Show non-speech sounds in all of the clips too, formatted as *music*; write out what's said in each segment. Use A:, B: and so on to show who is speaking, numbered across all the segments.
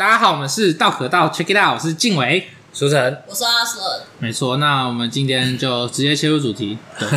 A: 大家好，我们是道可道 Check It Out，我是静伟。
B: 书城，
C: 我是啊阿瑟，
A: 没错，那我们今天就直接切入主
B: *laughs*
A: 题，对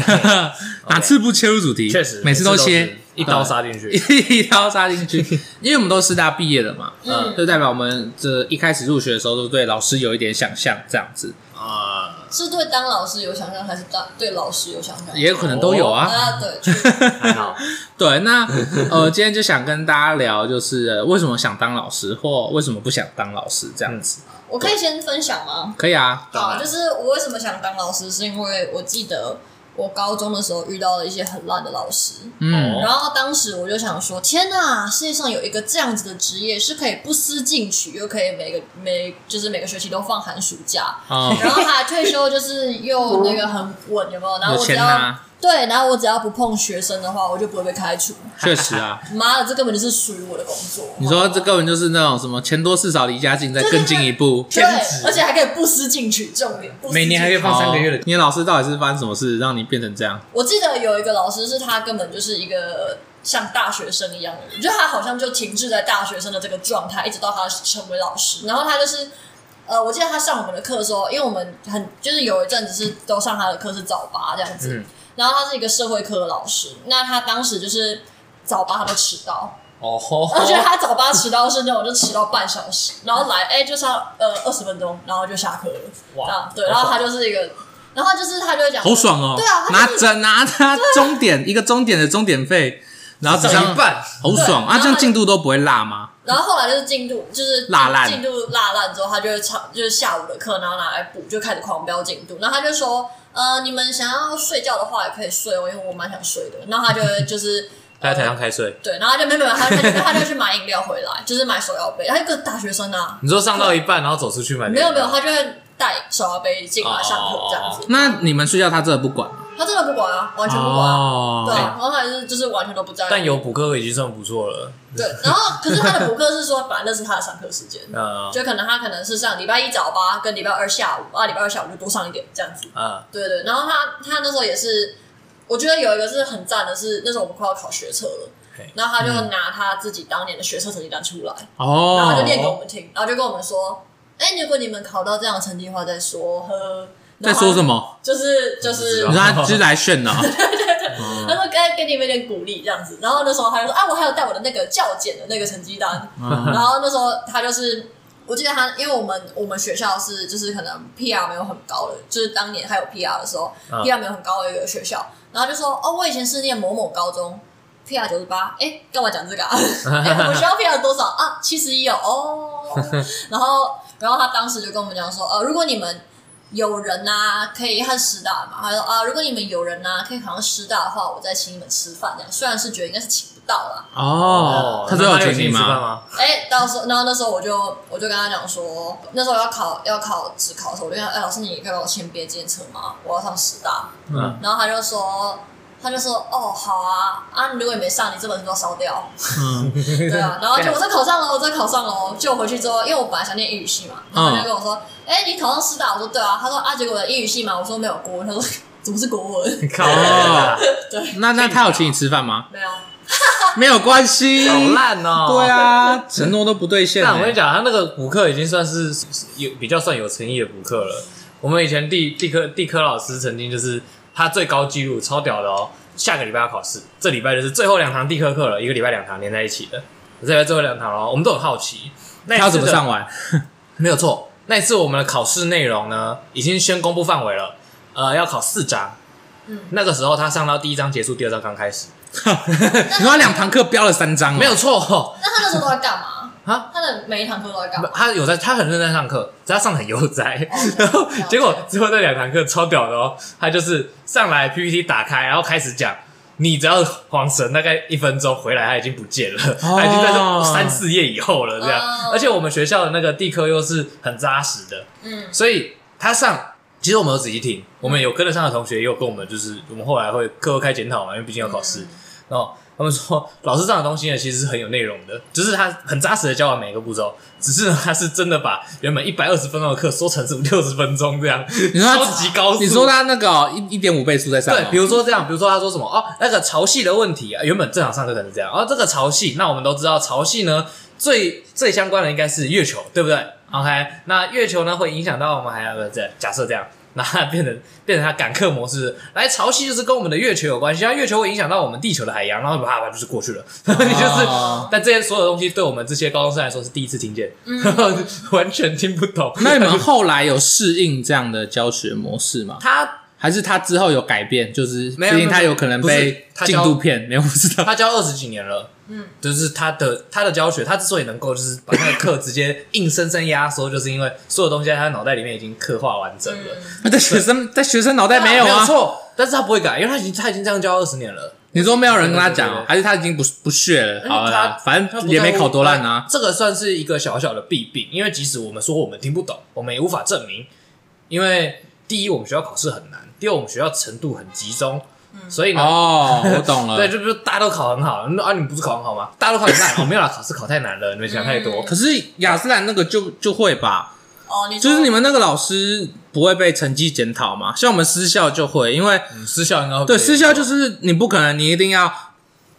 A: 哪次不切入主题？
B: 确实
A: 每次都切
B: 是，一刀杀进去。
A: 对， *laughs* 一刀杀进去。因为我们都师大毕业的嘛，
C: 嗯
A: 就代表我们这一开始入学的时候都对老师有一点想象，这样子
B: 啊，
C: 是对当老师有想象，还是当对老师有想象？
A: 也有可能都有啊。
B: 哦
C: 啊，
A: *laughs*
C: 对，就
B: 还好，
A: 对，那呃，今天就想跟大家聊，就是、呃为什么想当老师，或为什么不想当老师，这样
B: 嗯
A: 子、
C: 我可以先分享吗？
A: 可以啊。
B: 当然
C: 好，就是我为什么想当老师，是因为我记得我高中的时候遇到了一些很烂的老师，
A: 嗯，
B: 哦
C: 然后当时我就想说，天呐，世界上有一个这样子的职业是可以不思进取，又可以每个每就是每个学期都放寒暑假，
A: 哦，
C: 然后他退休就是又那个很稳，有没有？然后
A: 有
C: 我只
A: 钱
C: 要
A: 拿，
C: 对，然后我只要不碰学生的话，我就不会被开除。
A: 确实啊。
C: 妈的，这根本就是属于我的工作。
A: 你说这根本就是那种什么钱多事少离家近，再更进一步。
C: 对
B: 兼职，
C: 而且还可以不思进取，重点不思进取
B: 每年还可以放三个月的
A: 哦你老师到底是发生什么事，让你变成这样？
C: 我记得有一个老师，是他根本就是一个像大学生一样的人，就他好像就停滞在大学生的这个状态，一直到他成为老师。然后他就是，呃，我记得他上我们的课的时候，因为我们很就是有一阵子是都上他的课是早八这样子，
B: 嗯
C: 然后他是一个社会科的老师，那他当时就是早八他都迟到，
B: *laughs* 哦
C: *laughs* 而且
B: 吼，
C: 他早八迟到是那种就迟到半小时，然后来哎、就上呃二十分钟，然后就下课了。
B: 哇
C: 啊，对，然后他就是一个，然后就是他就会讲
A: 好爽哦！
C: 对啊，
A: 拿
C: 他就是
A: 整拿他终点一个终点的终点费，然后只
B: 上
A: 上
B: 一，半，
A: 好爽
C: 对
A: 啊！
C: 然后
A: 这样进度都不会落吗？
C: 然后后来就是进度就是
A: 辣烂
C: 进度辣烂之后，他就会唱就是下午的课，然后拿来补，就开始狂飙进度。然后他就说，呃，你们想要睡觉的话也可以睡哦，因为我蛮想睡的。然后他就会就是。
B: 他在台上开睡。
C: 对，然后他就没有没有，他就他就他就去买饮料回来，就是买手摇杯。他一个大学生啊，
B: 你说上到一半，然后走出去买？
C: 没有没有，他就会带手摇杯进来上课这样子。
A: 那你们睡觉他真的不管
C: 他真的不管啊，完全不管啊，
A: 哦？
C: 对啊，然后他就是就是完全都不在乎。
B: 哎但有补课已经算不错了。
C: 对，然后可是他的补课是说，本来那是他的上课时间，
B: *laughs* 嗯
C: 就可能他可能是上礼拜一早八跟礼拜二下午，啊，礼拜二下午就多上一点这样子。
B: 嗯，
C: 对对，然后他他那时候也是，我觉得有一个是很赞的是，那时候我们快要考学测了
B: 嘿。嗯
C: 然后他就拿他自己当年的学测成绩单出来，然后就念给
A: 哦，
C: 我们听，然后就跟我们说：“哎，如果你们考到这样的成绩的话，再说。”呵呵，
A: 在
C: 然后
A: 说什么？
C: 就是就是
B: 不
A: 你
B: 知
A: 说
B: 道
A: 他就是来炫的啊，
C: 他说该给你们一点鼓励这样子。然后那时候他就说啊，我还有带我的那个教检的那个成绩单。
B: 嗯
A: 哦
C: 然后那时候他就是，我记得他，因为我们我们学校是就是可能 PR 没有很高的，就是当年还有 PR 的时候、
B: 嗯
C: p r 没有很高的一个学校。然后就说哦，我以前是念某某高中。PR 九十八，哎，干嘛讲这个啊？ *laughs* 哎，我们学校 PR 多少啊？七十一哦，哦。然后，然后他当时就跟我们讲说，呃，如果你们有人呐、可以和师大嘛。他说啊，如果你们有人呐、可以考上师大的话，我再请你们吃饭这样。虽然是觉得应该是请不到啦，
A: 哦，他最后
B: 那
A: 请你
B: 吃饭
A: 吗？
B: 吗？
C: 哎、到时候，然后那时候我就我就跟他讲说，那时候要考要考职考的时候，我就跟他哎、老师，你可以帮我签毕业纪念册吗？我要上师大。
B: 嗯，
C: 然后他就说。他就说：“哦，好啊，啊，如果你没上，你这本书要烧掉，
A: 嗯，
C: *laughs* 对啊。”然后就我真考上了，我真考上了哦。就我回去之后，因为我本来想念英语系嘛，然后他就跟我说：“哎、你考上师大？”我说：“对啊。”他说：“啊，结果我的英语系嘛。”我说：“没有国文。”他说：“怎么是国文？”
B: 靠，嗯 *laughs* 好
A: 那那他有请你吃饭吗？
C: 没有，
A: 没有关系，
B: 烂哦。
A: 对。啊，承诺都不兑现欸。
B: 但我跟你讲，他那个补课已经算是有比较算有诚意的补课了。我们以前地地科地科老师曾经就是他最高纪录超屌的哦，下个礼拜要考试，这礼拜就是最后两堂地科课了，一个礼拜两堂连在一起的，这礼拜最后两堂哦，我们都很好奇，那一次
A: 他要
B: 的
A: 怎么上完？
B: 没有错，那一次我们的考试内容呢，已经先公布范围了，呃，要考四章。
C: 嗯
B: 那个时候他上到第一章结束，第二章刚开始，
A: 哦 *laughs* 你说他两堂课标了三张哦，
B: 没有错
C: 那他那时候都在干嘛？
B: 啊。
C: 他的每一堂课都在干
B: 不
C: 嘛？
B: 他有在，他很认真上课，只是他上的很悠哉
C: 哦。
B: *laughs* 然后
C: 了解
B: 结果最后那两堂课超屌的哦，他就是上来 PPT 打开，然后开始讲。你只要晃神大概一分钟回来，他已经不见了，
A: 哦
B: 他已经在这三四页以后了这样。
C: 哦
B: 而且我们学校的那个地科又是很扎实的，
C: 嗯，
B: 所以他上，其实我们有仔细听，我们有跟得上的同学也有跟我们，就是我们后来会课后开检讨嘛，因为毕竟要考试，然后哦他们说老师上的东西呢，其实是很有内容的，只、是他很扎实的教完每一个步骤，只是呢他是真的把原本一百二十分钟的课缩成是六十分钟这样，
A: 你说他
B: 超级高速，
A: 你说他那个哦一一点五倍速在上哦，
B: 对，比如说这样，比如说他说什呃么哦，那个潮汐的问题啊，原本正常上课可能是这样，哦，这个潮汐，那我们都知道潮汐呢，最最相关的应该是月球，对不对？OK，那月球呢会影响到我们还有这假设这样， *laughs* 那它变成变成它赶客模式，来潮汐就是跟我们的月球有关系，那月球会影响到我们地球的海洋，然后啪啪就是过去了， *laughs* 你就是。
A: 哦
B: 但这些所有东西对我们这些高中生来说是第一次听见， *laughs* 完全听不懂。
A: 那你们后来有适应这样的教学模式吗？
B: *laughs* 他
A: 还是他之后有改变？就是
B: 没有
A: 毕竟他有可能
B: 不是
A: 被
B: 他
A: 进
B: 教
A: 度骗，没有不知 *laughs* 道。
B: 他教二十几年了，
C: 嗯，
B: 就是他的他的教学，他之所以能够就是把那个课直接硬生生压缩，就是因为所有东西在他脑袋里面已经刻画完整了，
C: 嗯，
A: 那在学生在学生脑袋没
B: 没有
A: 啊？
B: 错。但是他不会改，因为他已经他已经这样教二十年了，
A: 你说没有人跟他讲
B: 对对
A: 哦
B: 对，哎
A: 还是他已经不不屑了？好了啦，反
B: 他
A: 正也没考多烂
B: 啊
A: 啊。。
B: 这个算是一个小小的弊病，因为即使我们说我们听不懂，我们也无法证明，因为第一我们学校考试很难，第二我们学校程度很集中，所以呢，
A: 哦，我懂了。
B: *laughs* 对，就比如大家都考很好，那啊你们不是考很好吗？大家都考很烂，哦没有啦，考试考太难了，你们想太多。
A: 可是雅斯兰那个就就会吧，
C: 哦，你说
A: 就是你们那个老师不会被成绩检讨嘛？像我们私校就会，因为
B: 嗯私校应该会
A: 对私校就是是你不可能，你一定要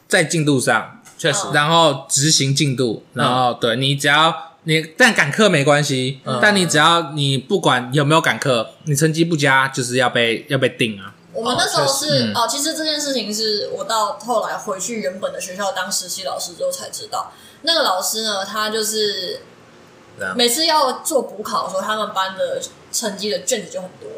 A: 在进度上，
B: 确
C: 实
A: 然后执行进度，
B: 嗯
A: 然后对你只要你但赶课没关系，
B: 嗯
A: 但你只要你不管有没有赶课，你成绩不佳就是要被要被定啊。
C: 我们那时候
A: 确
C: 是
A: 实嗯
C: 哦、其实这件事情是我到后来回去原本的学校当实习老师之后才知道，那个老师呢，他就是
B: 怎样
C: 每次要做补考的时候，他们班的成绩的卷子就很多，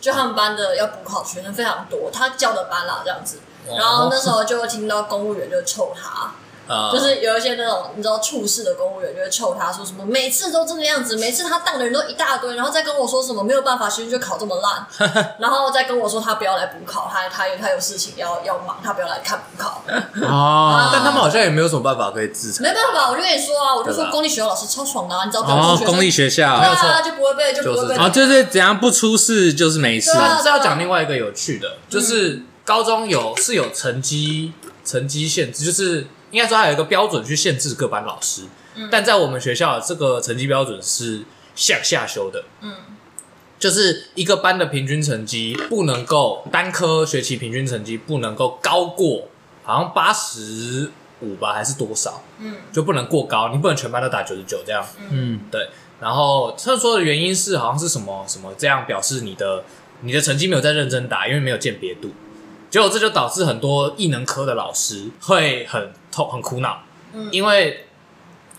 C: 就他们班的要补考学生非常多，他教的班啦这样子。
A: 哦
C: 然后那时候就听到公务员就臭他，
A: 嗯
B: 啊
C: 就是有一些那种你知道处事的公务员就会臭他说什么每次都这个样子，每次他当的人都一大堆，然后再跟我说什么没有办法，学生就考这么烂，然后再跟我说他不要来补考，他他有他有事情要要忙，他不要来看补考，
A: 哦
B: 但他们好像也没有什么办法可以制裁。
C: 没办法，我就跟你说啊，我就
B: 对
C: 说
B: 吧
C: 公立学校老师超爽的、啊，你只要表
A: 哦
C: 现，
A: 公立学校
C: 对
B: 没有错
C: 啊就不会被就不会被
B: 就是这
A: 哦，
B: 样
A: 就是怎样不出事就是没事
C: 对啊
B: 但是要讲另外一个有趣的，就是高中有是有成绩成绩限制，就是应该说它有一个标准去限制各班老师，但在我们学校这个成绩标准是向下修的，
C: 嗯
B: 就是一个班的平均成绩不能够单科学期平均成绩不能够高过好像八十五吧，还是多少，
C: 嗯
B: 就不能过高，你不能全班都打九十九这样。
A: 嗯，
B: 对，然后他说的原因是好像是什么什么这样表示你的你的成绩没有在认真打，因为没有鉴别度，结果这就导致很多艺能科的老师会很痛很苦恼，
C: 嗯
B: 因为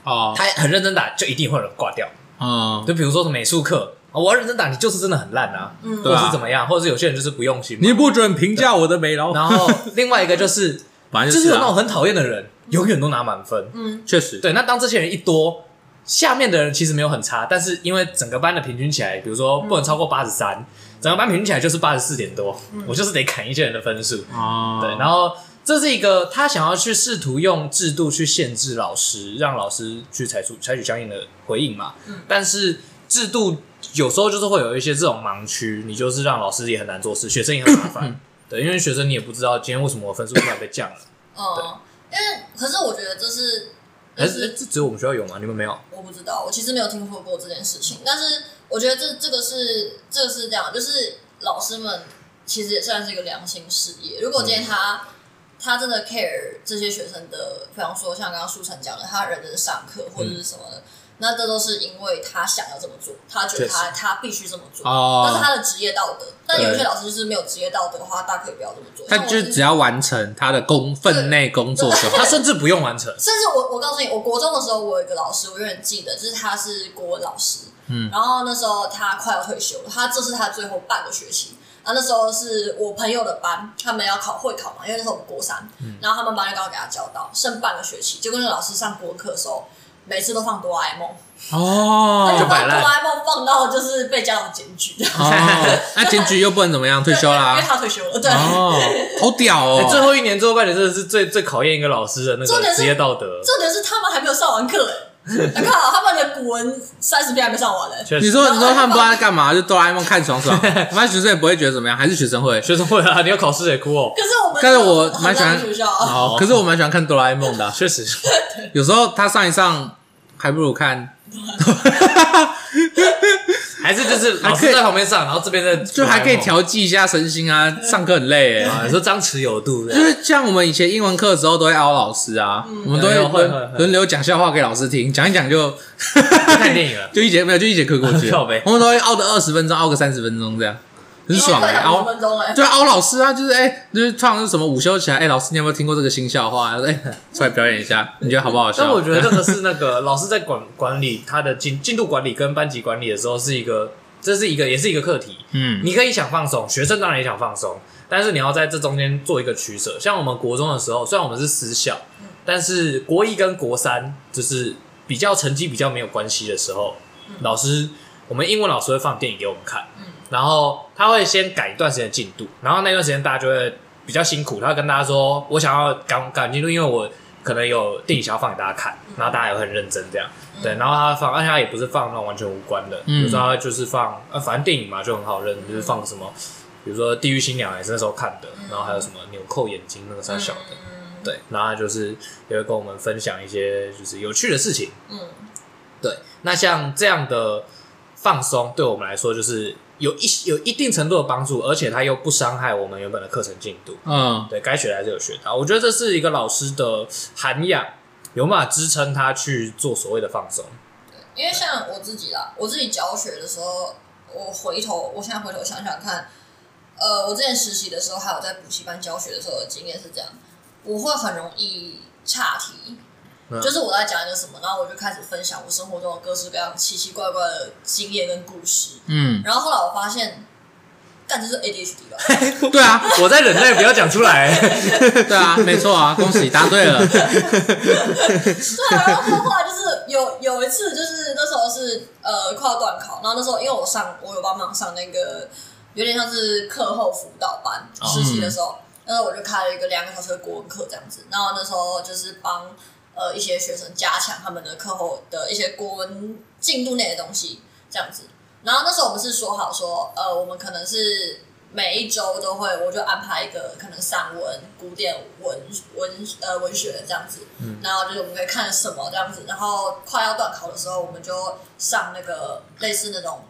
A: 哦，
B: 他很认真打，就一定会有人挂掉。
A: 嗯，
B: 就比如说什么美术课，啊我要认真打，你就是真的很烂啊，
C: 嗯
B: 或
A: 对
B: 者
A: 啊
B: 是怎么样，或者是有些人就是不用心嘛。
A: 你不准评价我的美劳，
B: 然后另外一个就是，
A: *laughs* 反正
B: 就是
A: 是
B: 有
A: 啊
B: 那种很讨厌的人，永远都拿满分。
C: 嗯
A: 确实，
B: 对，那当这些人一多，下面的人其实没有很差，但是因为整个班的平均起来，比如说不能超过八十三，整个班平均起来就是八十四点多，我就是得砍一些人的分数。
A: 哦，
B: 对，然后这是一个他想要去试图用制度去限制老师，让老师去采取采取相应的回应嘛。
C: 嗯
B: 但是制度有时候就是会有一些这种盲区，你就是让老师也很难做事，学生也很麻烦。对，因为学生你也不知道今天为什么我分数突然被降了，
C: 哦、因为可是我觉得这是
B: 还哎
C: 就是是
B: 诶这只有我们学校有吗？你们没有？
C: 我不知道，我其实没有听说过这件事情。但是我觉得这这个是这个是这样，就是老师们其实也算是一个良心事业。如果今天他、
A: 嗯
C: 他真的 care 这些学生的，比方说像刚刚舒晨讲的，他认真上课或者是什
A: 嗯
C: 么的，那这都是因为他想要这么做，他觉得他他必须这么做，
A: 哦
C: 那是他的职业道德。但有些老师就是没有职业道德的话，大家可以不要这么做。
A: 他
C: 像我
A: 就
C: 之
A: 只要完成他的工分内工作就
B: 他
A: 好。
B: 甚至不用完成。
A: 哦
C: 甚至我我告诉你，我国中的时候，我有一个老师，我永远记得，就是他是国文老师，嗯，然后那时候他快要退休了，他这是他最后半个学期。然后那时候是我朋友的班，他们要考会考嘛，因为那时候我们国三，然后他们班就刚好给他教到，剩半个学期。结果那个老师上国文课的时候，每次都放哆啦 A 梦，他
A: 哦
C: 就
B: 就摆
C: 把哆
B: 烂
C: 啦 A 梦放到就是被家长检举，
B: *laughs*
A: 哦，那检举又不能怎么样，退休
C: *laughs* 因为
A: 啦。
C: 他退休了，对。
A: 啊哦，好屌
B: 哎最
A: 哦！
B: 后一年、最后半年真的是最最考验一个老师的那
C: 重点
B: 个
C: 是
B: 职业道德。
C: 重点是他们还没有上完课、欸，我靠，他们的古文三十篇还没上完嘞、欸
B: 确实，
A: 你说你说他们不知道在干嘛，就哆啦 A 梦看爽
B: *laughs*
A: 爽，反正学生也不会觉得怎么样，还是学生会。
B: 学生会啊，你要考试也哭哦。
C: 可是我们，
A: 但是我蛮喜欢
C: 学校啊， *laughs*
A: 哦，可是我蛮喜欢看哆啦 A 梦的啊，
B: 确实， *laughs*
A: 有时候他上一上，还不如看
B: 还还是就是老
A: 还可
B: 师
A: 以
B: 在旁边上，然后这边在哦
A: 就还可以调剂一下身心啊。上课很累哎，
B: 啊，你说张弛有度的
A: 就，是像我们以前英文课的时候都会凹老师啊，我们都会
B: 哎呦会
A: 轮
B: 会会
A: 轮流讲笑话给老师听，讲一讲就，
B: 看电影了
A: *laughs* 就一节没有就一节课过去
B: *laughs* 靠北
A: 了，我们都会凹个二十分钟，凹个三十分钟这样，很爽哎、
C: 哎，
A: 凹
C: 两分钟哎，
A: 对凹老师啊，就是哎、就是通常是什么午休起来，哎、老师你有没有听过这个新笑话、啊？哎、出来表演一下，你觉得好不好笑？
B: 但我觉得这个是那个老师在管管理他的进进度管理跟班级管理的时候，是一个这是一个也是一个课题。
A: 嗯，
B: 你可以想放松，学生当然也想放松，但是你要在这中间做一个取舍。像我们国中的时候，虽然我们是私校，
A: 嗯
B: 但是国一跟国三就是比较成绩比较没有关系的时候，
A: 嗯
B: 老师我们英文老师会放电影给我们看，
C: 嗯
B: 然后他会先赶一段时间进度，然后那段时间大家就会比较辛苦，他会跟大家说，我想要赶赶进度，因为我可能有电影想要放给大家看，然后大家也会很认真这样，对，然后他放，而且他也不是放那种完全无关的，
A: 嗯
B: 有时候他就是放，呃，反正电影嘛就很好认，就是放什么，比如说《地狱新娘》也是那时候看的，然后还有什么纽扣眼睛那个三小的，
C: 嗯
B: 对，然后他就是也会跟我们分享一些就是有趣的事情，
C: 嗯
B: 对，那像这样的放松，对我们来说就是有一有一定程度的帮助，而且它又不伤害我们原本的课程进度。
A: 嗯，
B: 对该学的还是有学到，我觉得这是一个老师的涵养，有办法支撑他去做所谓的放松。
C: 因为像我自己啦，我自己教学的时候，我回头，我现在回头想想看，呃，我之前实习的时候，还有在补习班教学的时候的经验是这样，我会很容易岔题。
B: 嗯
C: 就是我在讲一个什么，然后我就开始分享我生活中的各式各样奇奇怪怪的经验跟故事，
A: 嗯，
C: 然后后来我发现，干这是 ADHD 吧？
A: 对啊，
B: 我在忍耐，不要讲出来。 *laughs*
A: 对啊，没错啊，恭喜答对
C: *laughs*
A: 了，
C: 对，啊然后后来就是有有一次，就是那时候是呃快要断考，然后那时候因为我上我有帮忙上那个有点像是课后辅导班，
B: 哦
C: 实习的时候，那时候我就开了一个两个小时的国文课这样子，然后那时候就是帮呃一些学生加强他们的课后的一些国文进度内的东西这样子，然后那时候我们是说好说呃我们可能是。每一周都会，我就安排一个可能散文、古典文文呃文学这样子，然后就是我们可以看什么这样子，然后快要断考的时候，我们就上那个类似那种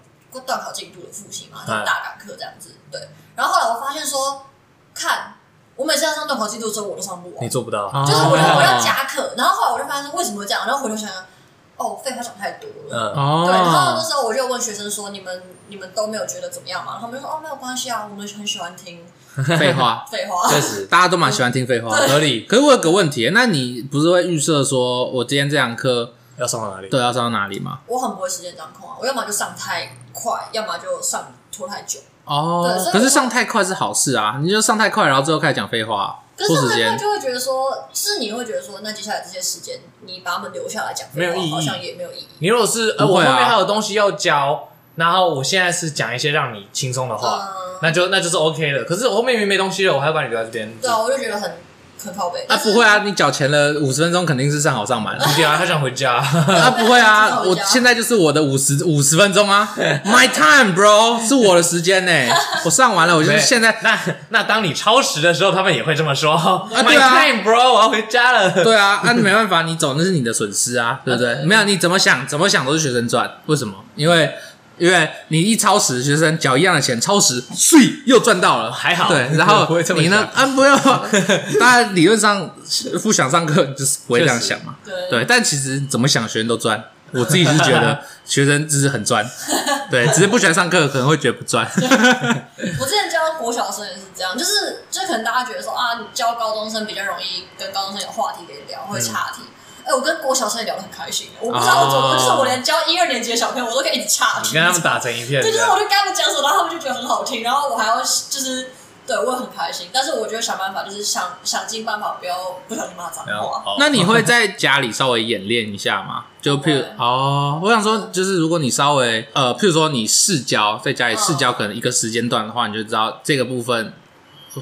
C: 断考进度的复习嘛，像大赶课这样子。对，然后后来我发现说，看我每次要上断考进度的时候，我都上不完
B: 你，啊做不到，
C: 就是我
A: 哦
C: 要我要加课，然后后来我就发现为什么会这样，然后回头想想，哦，废话讲太多了。
B: 嗯，
A: 哦，
C: 对，然后那时候我就问学生说：“你们你们都没有觉得怎么样嘛？”然后他们就说：“哦，没有关系啊，我们很喜欢听
A: *laughs* 废话，
C: 废话。
B: 确实
A: 大家都蛮喜欢听废话。
B: 合理。
A: 可是我有个问题，那你不是会预设说我今天这堂课
B: 要上到哪里？
A: 对要上到哪里吗？”
C: 我很不会时间掌控啊，我要么就上太快，要么就上拖太久。对
A: 哦
C: 所，以
A: 可是
C: 我
A: 上太快是好事啊，你就上太快，然后最后开始讲废话，
C: 可
A: 拖
C: 是
A: 时
C: 上太快
A: 间。
C: 就会觉得说，是你会觉得说，那接下来这些时间，你把他们留下来讲废
B: 没有
C: 话
B: 意义
C: 好像也没有意义。
B: 你如果是呃，
A: 不
B: 我后
A: 会啊
B: 面还有东西要教，然后我现在是讲一些让你轻松的话，
C: 嗯，
B: 那就那就是 OK 了。可是我后面明明没东西了，我还要把你留在这边。
C: 对啊，我就觉得很很靠背。
A: 啊，不会啊，你缴钱了五十分钟，肯定是上好上满。
B: 对啊，他想回家。
A: 啊，不会啊，
C: 这是我
A: 我
C: 家
A: 现在就是我的五十五十分钟啊，My time bro，是我的时间呢、我上完了，我 *laughs* 就是
B: 对
A: 现在。
B: 那那当你超时的时候，他们也会这么说。
A: 对 *laughs* 啊
B: My time, bro，我要回家了。
A: *laughs* 对啊，那、没办法，你走那是你的损失啊，对不对？
C: 对
A: 没有你怎么想怎么想都是学生赚，为什么？因为因为你一超时，学生缴一样的钱，超时，税又赚到了，
B: 还好
A: 对， *laughs* 然后
B: 不会这么
A: 你呢？啊，不要，当然理论上 *laughs* 不想上课，你就是不会这样
B: 确实
A: 想嘛。
C: 对
A: 对，但其实怎么想，学生都赚。我自己是觉
C: *laughs*
A: 得学生就是很赚，对，只是不喜欢上课，可能会觉得不赚。
C: *laughs* 我之前教国小生也是这样，就是就可能大家觉得说啊，你教高中生比较容易跟高中生有话题可以聊，会岔题。哎、我跟国小生也聊得很开心，我不知道我怎么，
B: 嗯哦
C: 就是我连教一二年级的小朋友，我都可以一直岔
B: 你
C: 题。
B: 跟他们打成一片。
C: 对，就
B: 这
C: 是
B: 样
C: 我就跟他们讲什么，然后他们就觉得很好听，然后我还要就是对我也很开心，但是我就会想办法，就是想想尽办法不要不小心骂脏
B: 然后
C: 话。
B: 哦
A: 那你会在家里稍微演练一下吗？就譬如
C: 不会
A: 哦，我想说，就是如果你稍微呃，譬如说你试教，在家里
C: 嗯
A: 试教，可能一个时间段的话，你就知道这个部分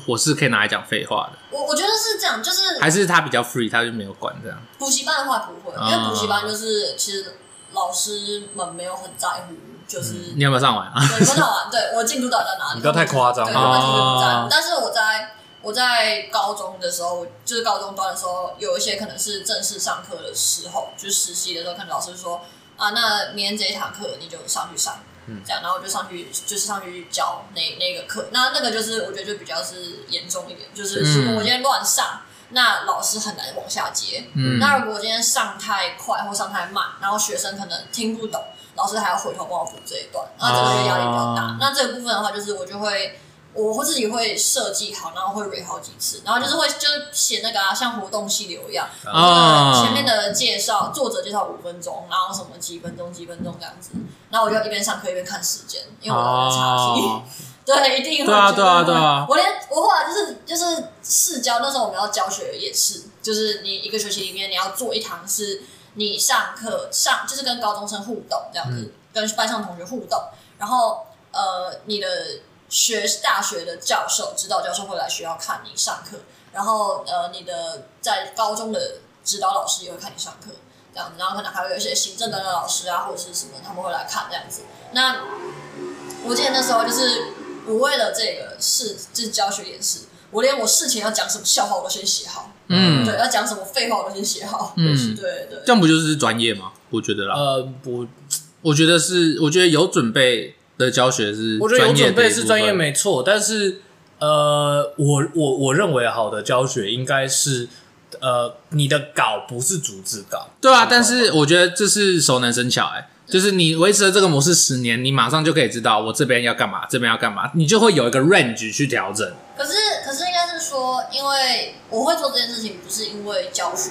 A: 我是可以拿来讲废话的，
C: 我我觉得是这样，就是
A: 还是他比较 free，他就没有管这样。
C: 补习班的话不会，
A: 啊
C: 因为补习
B: 哦
C: 班就是其实老师们没有很在乎，就是。
B: 嗯
A: 你有没有上完啊？
C: 对，很好玩。对我进度到底在哪里？
B: 你不要太夸张
C: 对，他们其实不在乎
A: 哦
C: 但是我在我在高中的时候，就是高中端的时候，有一些可能是正式上课的时候，就是实习的时候，可能老师说。啊，那明天这一堂课你就上去上，
B: 嗯
C: 这样，然后我就上去就是上去教那那个课，那那个就是我觉得就比较是严重一点，就是
A: 嗯
C: 如果我今天乱上，那老师很难往下接，
A: 嗯
C: 那如果我今天上太快或上太慢，然后学生可能听不懂，老师还要回头帮我补这一段，那这个就压力比较大。
B: 哦
C: 那这个部分的话，就是我就会。我会自己会设计好，然后会 re 好几次，然后就是会就是写那个啊，像活动细流一样，
A: 哦
C: 就是前面的介绍，作者介绍五分钟，然后什么几分钟几分钟这样子，然后我就一边上课一边看时间，因为我老是查题。
A: 哦，
C: 对，一定会
A: 对啊
C: 觉得
A: 对啊对
C: 会
A: 啊
C: 我连我后来就是就是试教，那时候我们要教学也是，就是你一个学期里面你要做一堂是你上课上就是跟高中生互动这样子，
A: 嗯
C: 跟班上同学互动，然后呃你的学大学的教授指导教授会来学校看你上课，然后呃你的在高中的指导老师也会看你上课。这样子，然后可能还会有一些行政端的老师啊，或者是什么，他们会来看这样子。那我记得那时候就是我为了这个事，就是教学演示，我连我事前要讲什么笑话我都先写好，
A: 嗯
C: *laughs* 对，要讲什么废话我都先写好，
A: 嗯，
C: 对对
A: 这样不就是专业吗？我觉得啦，
B: 呃，不，
A: 我觉得是，我觉得有准备的教学是，
B: 我觉得有准备是专业，没错，但是呃，我我我认为好的教学应该是呃，你的稿不是逐字稿，
A: 对啊，但是我觉得这是熟能生巧、欸，哎，就是你维持了这个模式十年，你马上就可以知道我这边要干嘛，这边要干嘛，你就会有一个 *laughs* range 去调整。
C: 可是可是应该是说，因为我会做这件事情，不是因为教学，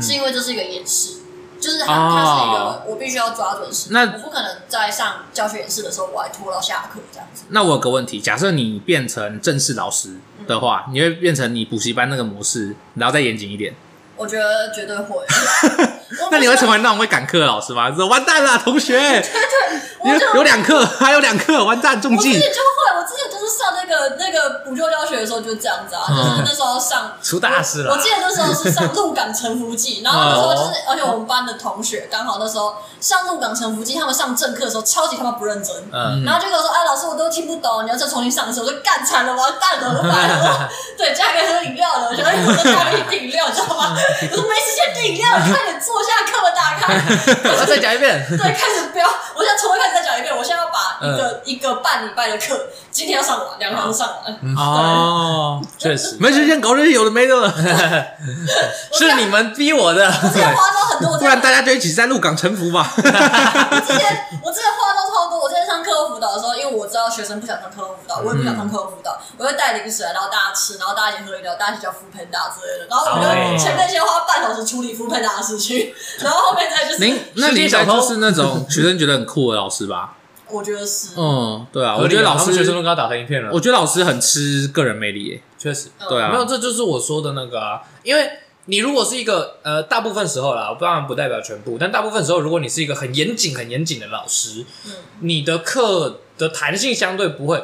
C: 是因为这是一个演示。就是它，它是一
A: 嗯哦
C: 个我必须要抓准时，
A: 那
C: 我不可能在上教学演示的时候，我还拖到下课这样子。
A: 那我有个问题，假设你变成正式老师的话，
C: 嗯
A: 你会变成你补习班那个模式，然后再严谨一点。
C: 我觉得绝
A: *laughs*
C: 对会。我
A: 那你会成
C: 为？
A: 为那种会赶课的老师吗？说完蛋了，同学，
C: 我
A: 有
C: 就
A: 有两课，还有两课，完蛋，中
C: 我之
A: 计
C: 前。就会，我之前就是上那个那个补救教学的时候就这样子啊，
A: 嗯
C: 就是那时候上
B: 出大事了
C: 我记得那时候是上《鹿港沉浮
B: *laughs*
C: 记》，然后那时候就是，
B: 哦
C: 而且我们班的同学刚好那时候上《鹿港沉浮记》，他们上正课的时候超级他妈不认真。
B: 嗯，
C: 然后就跟我说：“哎，老师，我都听不懂，你要再重新上的时候，我就干惨了，完蛋了，我完
B: *laughs*
C: 了。对，家里喝饮料了，我想说我在家里订饮料，你知道
B: *laughs*
C: 吗？我说没时间订饮料，快点坐下，课本打开。
B: 我再讲一遍，
C: 对，开始标，我现在从头开始再讲一遍，我现在要把一
B: 嗯
C: 个、一个半礼拜的课，今天要上完，两堂上完，
A: *laughs*
B: 嗯
A: 哦，
B: 确实
A: 没时间搞这些有的没的
B: *laughs*
A: 了，
B: 是你们逼我的，
C: 我之前花招很多，我之
A: 不然
C: 前
A: 大家就一起在鹿港沉浮吧。
C: 我之前我之前花招超多，我之前上课后辅导的时候，因为我知道学生不想上课后辅导，我也不想
A: 嗯
C: 上课后辅导，我就带零食来，然后大家吃，然后大家一起喝饮料，大家一起叫 f o o Panda 之类的，然后我们
B: 哦
C: 就前面先花半小时处理 f o o Panda 的事情，然后后面再就是，
A: 您 *laughs* 那你应该就是那种学生觉得很酷的老师吧？
C: 我觉得是，
A: 嗯，对啊，
B: 合理啊
A: 我觉得老
B: 他们学生都
A: 师，
B: 跟他打成一片了
A: 我，觉得老师很吃个人魅力耶。
B: 确实。
C: 嗯
A: 对啊
B: 没有，这就是我说的那个啊。因为你如果是一个呃，大部分时候啦，当然不代表全部，但大部分时候，如果你是一个很严谨、很严谨的老师，
C: 嗯
B: 你的课的弹性相对不会，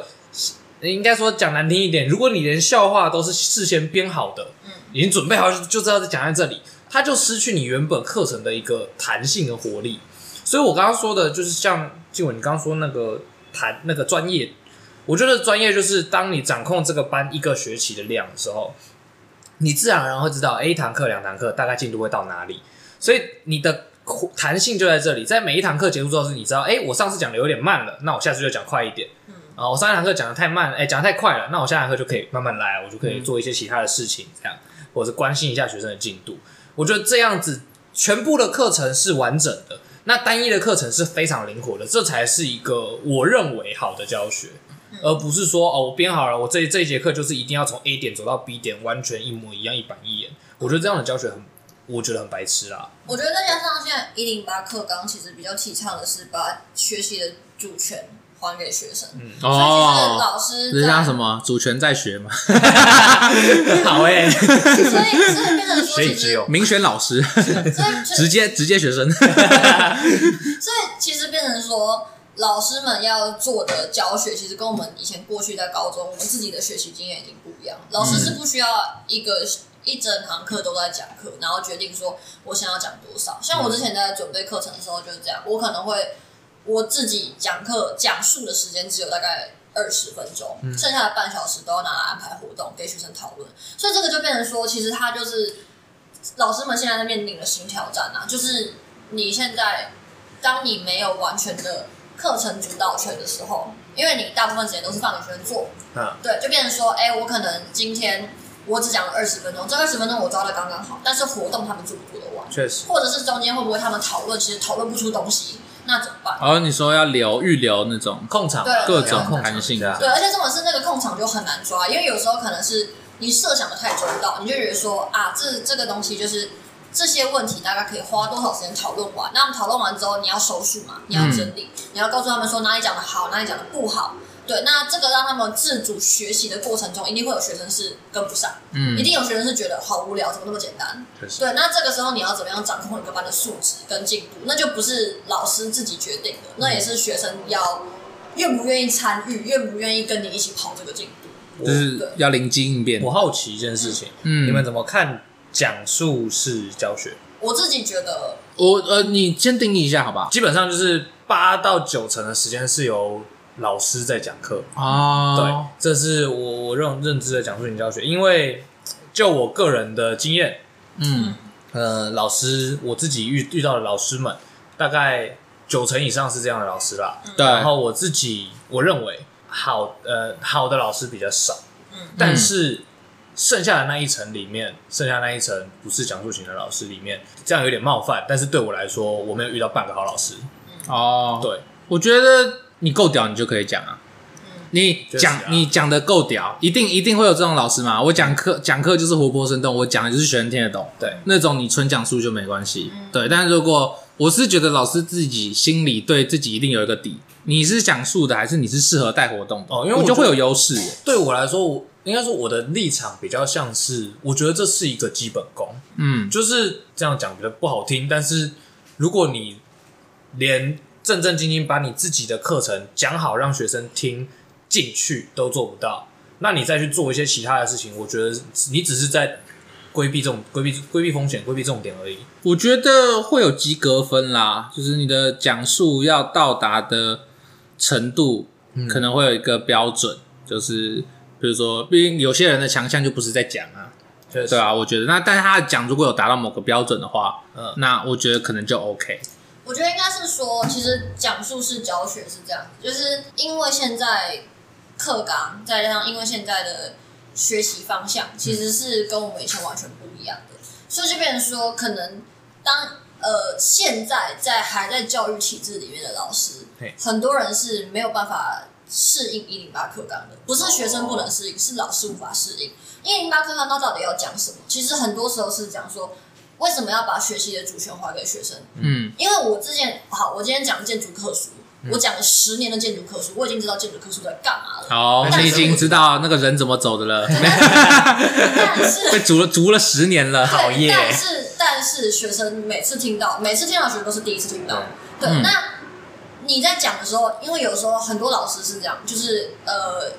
B: 应该说讲难听一点，如果你连笑话都是事先编好的，
C: 嗯
B: 已经准备好就知道在讲在这里，它就失去你原本课程的一个弹性和活力。所以我刚刚说的就是像静文，你刚刚说那个谈那个专业，我觉得专业就是当你掌控这个班一个学期的量的时候，你自然而然会知道，哎，一堂课、两堂课大概进度会到哪里，所以你的弹性就在这里，在每一堂课结束之后，是你知道，哎，我上次讲的有点慢了，那我下次就讲快一点。
C: 嗯
B: 啊，我上一堂课讲的太慢，哎、讲的太快了，那我下堂课就可以慢慢来，我就可以做一些其他的事情，这样，或者是关心一下学生的进度。我觉得这样子，全部的课程是完整的，那单一的课程是非常灵活的，这才是一个我认为好的教学，而不是说哦，我编好了，我这这一节课就是一定要从 A 点走到 B 点，完全一模一样，一板一眼。我觉得这样的教学很，我觉得很白痴啊啦。
C: 我觉得再加上现在一零八课纲，其实比较提倡的是把学习的主权还给学生，嗯、所以其实
A: 哦，
C: 老师
A: 人家
C: 在
A: 什么主权在学嘛，
B: 好
A: 欸
B: *laughs* 哎、
C: 所以所以变成说，
B: 学以
C: 其
B: 致
C: 实
B: 用。
A: 民选老师，
C: 所以所以
A: 直接直接学生。
C: 所以其实变成说，老师们要做的教学，其实跟我们以前过去在高中我们自己的学习经验已经不一样。老师是不需要一个。一整堂课都在讲课，然后决定说我想要讲多少。像我之前在准备课程的时候就是这样，我可能会我自己讲课讲述的时间只有大概二十分钟，剩下的半小时都要拿来安排活动给学生讨论。所以这个就变成说，其实他就是老师们现在在面临的新挑战啊，就是你现在当你没有完全的课程主导权的时候，因为你大部分时间都是放给学生做，
B: 嗯
C: 对，就变成说，哎、我可能今天我只讲了二十分钟，这二十分钟我抓的刚刚好，但是活动他们做不做得完，
B: 确实，
C: 或者是中间会不会他们讨论，其实讨论不出东西，那怎么办？
A: 然后你说要留预留那种
B: 控场啊
C: 对
A: 各
C: 对
A: 种
C: 对
B: 控场
A: 弹性
B: 对啊
C: 对，而且这种是那个控场就很难抓，因为有时候可能是你设想的太周到，你就觉得说啊，这这个东西就是这些问题大概可以花多少时间讨论完。那我们讨论完之后，你要收束嘛，你要整理，你要告诉他们说哪里讲的好，哪里讲的不好。对，那这个让他们自主学习的过程中，一定会有学生是跟不上，
A: 嗯
C: 一定有学生是觉得好无聊，怎么那么简单？
B: 确实，
C: 对，那这个时候你要怎么样掌控一个班的素质跟进步，那就不是老师自己决定的，那也是学生要愿不愿意参与，愿不愿意跟你一起跑这个进步。
B: 我
A: 就是要灵机应变
B: 我。好奇一件事情，
A: 嗯
B: 你们怎么看讲述式教学？
C: 我自己觉得，
A: 我呃，你先定义一下好不好？
B: 基本上就是八到九成的时间是由老师在讲课，
A: 哦，
B: 对，这是我我认认知的讲述型教学，因为就我个人的经验，
A: 嗯
B: 呃，老师我自己遇遇到的老师们，大概九成以上是这样的老师啦。
A: 嗯对，
B: 然后我自己我认为好呃好的老师比较少，
C: 嗯
B: 但是剩下的那一层里面，剩下那一层不是讲述型的老师里面，这样有点冒犯，但是对我来说，我没有遇到半个好老师。
A: 哦，
B: 对，
A: 我觉得你够屌，你就可以讲啊。你
B: 确实
A: 讲、
B: 啊
A: 你讲的够屌，一定一定会有这种老师嘛？我
B: 嗯
A: 讲课讲课就是活泼生动，我讲的就是学生听得懂。
B: 对，
A: 那种你纯讲述就没关系。对，但是如果我是觉得老师自己心里对自己一定有一个底，你是讲述的还是你是适合带活动的？
B: 哦因为
A: 我
B: 我
A: 就
B: 觉
A: 会
B: 得
A: 有优势耶。
B: 对我来说，我应该说我的立场比较像是，我觉得这是一个基本功，
A: 嗯，
B: 就是这样讲比较不好听，但是如果你连正正经经把你自己的课程讲好，让学生听进去都做不到，那你再去做一些其他的事情，我觉得你只是在规避这种规避规避风险、规避重点而已。
A: 我觉得会有及格分啦，就是你的讲述要到达的程度，
C: 嗯
A: 可能会有一个标准，就是比如说，毕竟有些人的强项就不是在讲啊，
B: 确
A: 对，啊，我觉得那但是他的讲如果有达到某个标准的话，
B: 嗯
A: 那我觉得可能就 OK。
C: 我觉得应该是说，其实讲述式教学是这样，就是因为现在课纲，再加上因为现在的学习方向，其实是跟我们以前完全不一样的，所以就变成说，可能当呃现在在还在教育体制里面的老师
B: 嘿，
C: 很多人是没有办法适应一零八课纲的，不是学生不能适应，是老师无法适应。一零八课纲它到底要讲什么？其实很多时候是讲说，为什么要把学习的主权还给学生？
A: 嗯
C: 因为我之前好，我今天讲建筑课书，我讲了十年的建筑课书，我已经知道建筑课书在干嘛
A: *laughs*
C: 了。
A: 好，
B: 但
A: 你已
B: 是
A: 经知道那个人怎么走的 *laughs*
C: *laughs*
A: 了，
C: 但
A: *laughs*
C: 是，
A: 被逐了逐了十年了。
B: 讨厌
C: 对但是，但是学生每次听到，每次听到学生都是第一次听到。对，
A: 嗯
C: 那你在讲的时候，因为有时候很多老师是这样，就是呃，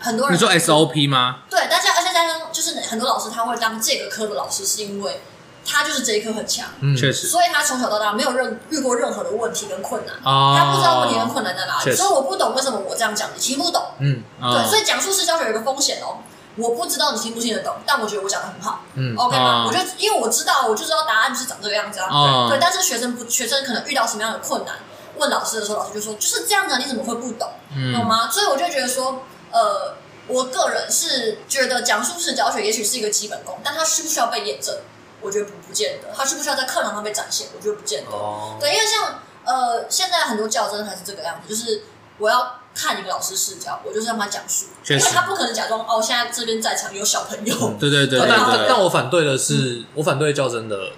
C: 很多人
A: 你说 SOP 吗？
C: 对，大家而且加上就是很多老师他会当这个科的老师，是因为他就是这一科很强，
B: 嗯
A: 确实
C: 所以他从小到大没有任遇过任何的问题跟困难。
A: 哦，
C: 他不知道问题跟困难在哪
B: 确
C: 里，
B: 实
C: 所以我不懂为什么我这样讲，你听不懂。
B: 嗯
A: 哦
C: 对，所以讲述式教学有一个风险哦，我不知道你听不听得懂，但我觉得我讲的很好
B: 嗯，嗯
C: ，OK 吗？
A: 哦
C: 我就因为我知道，我就知道答案是长这个样子啊。
A: 哦
C: 对，但是学生不，学生可能遇到什么样的困难，问老师的时候，老师就说就是这样啊的，你怎么会不懂？懂
A: 嗯
C: 吗？所以我就觉得说，呃，我个人是觉得讲述式教学也许是一个基本功，但它需不需要被验证？我觉得不不见得，它需不需要在课堂上被展现？我觉得不见得。
B: 哦，
C: 对，因为像呃，现在很多教真的还是这个样子，就是我要看一个老师视角，我就是让他讲述，
A: 确
C: 因为
A: 实
C: 他不可能假装哦，现在这边在场有小朋友，
B: 嗯
A: 对对对
B: 但
A: 对
B: 但
A: 对
B: 但我反对的是，我反对较真的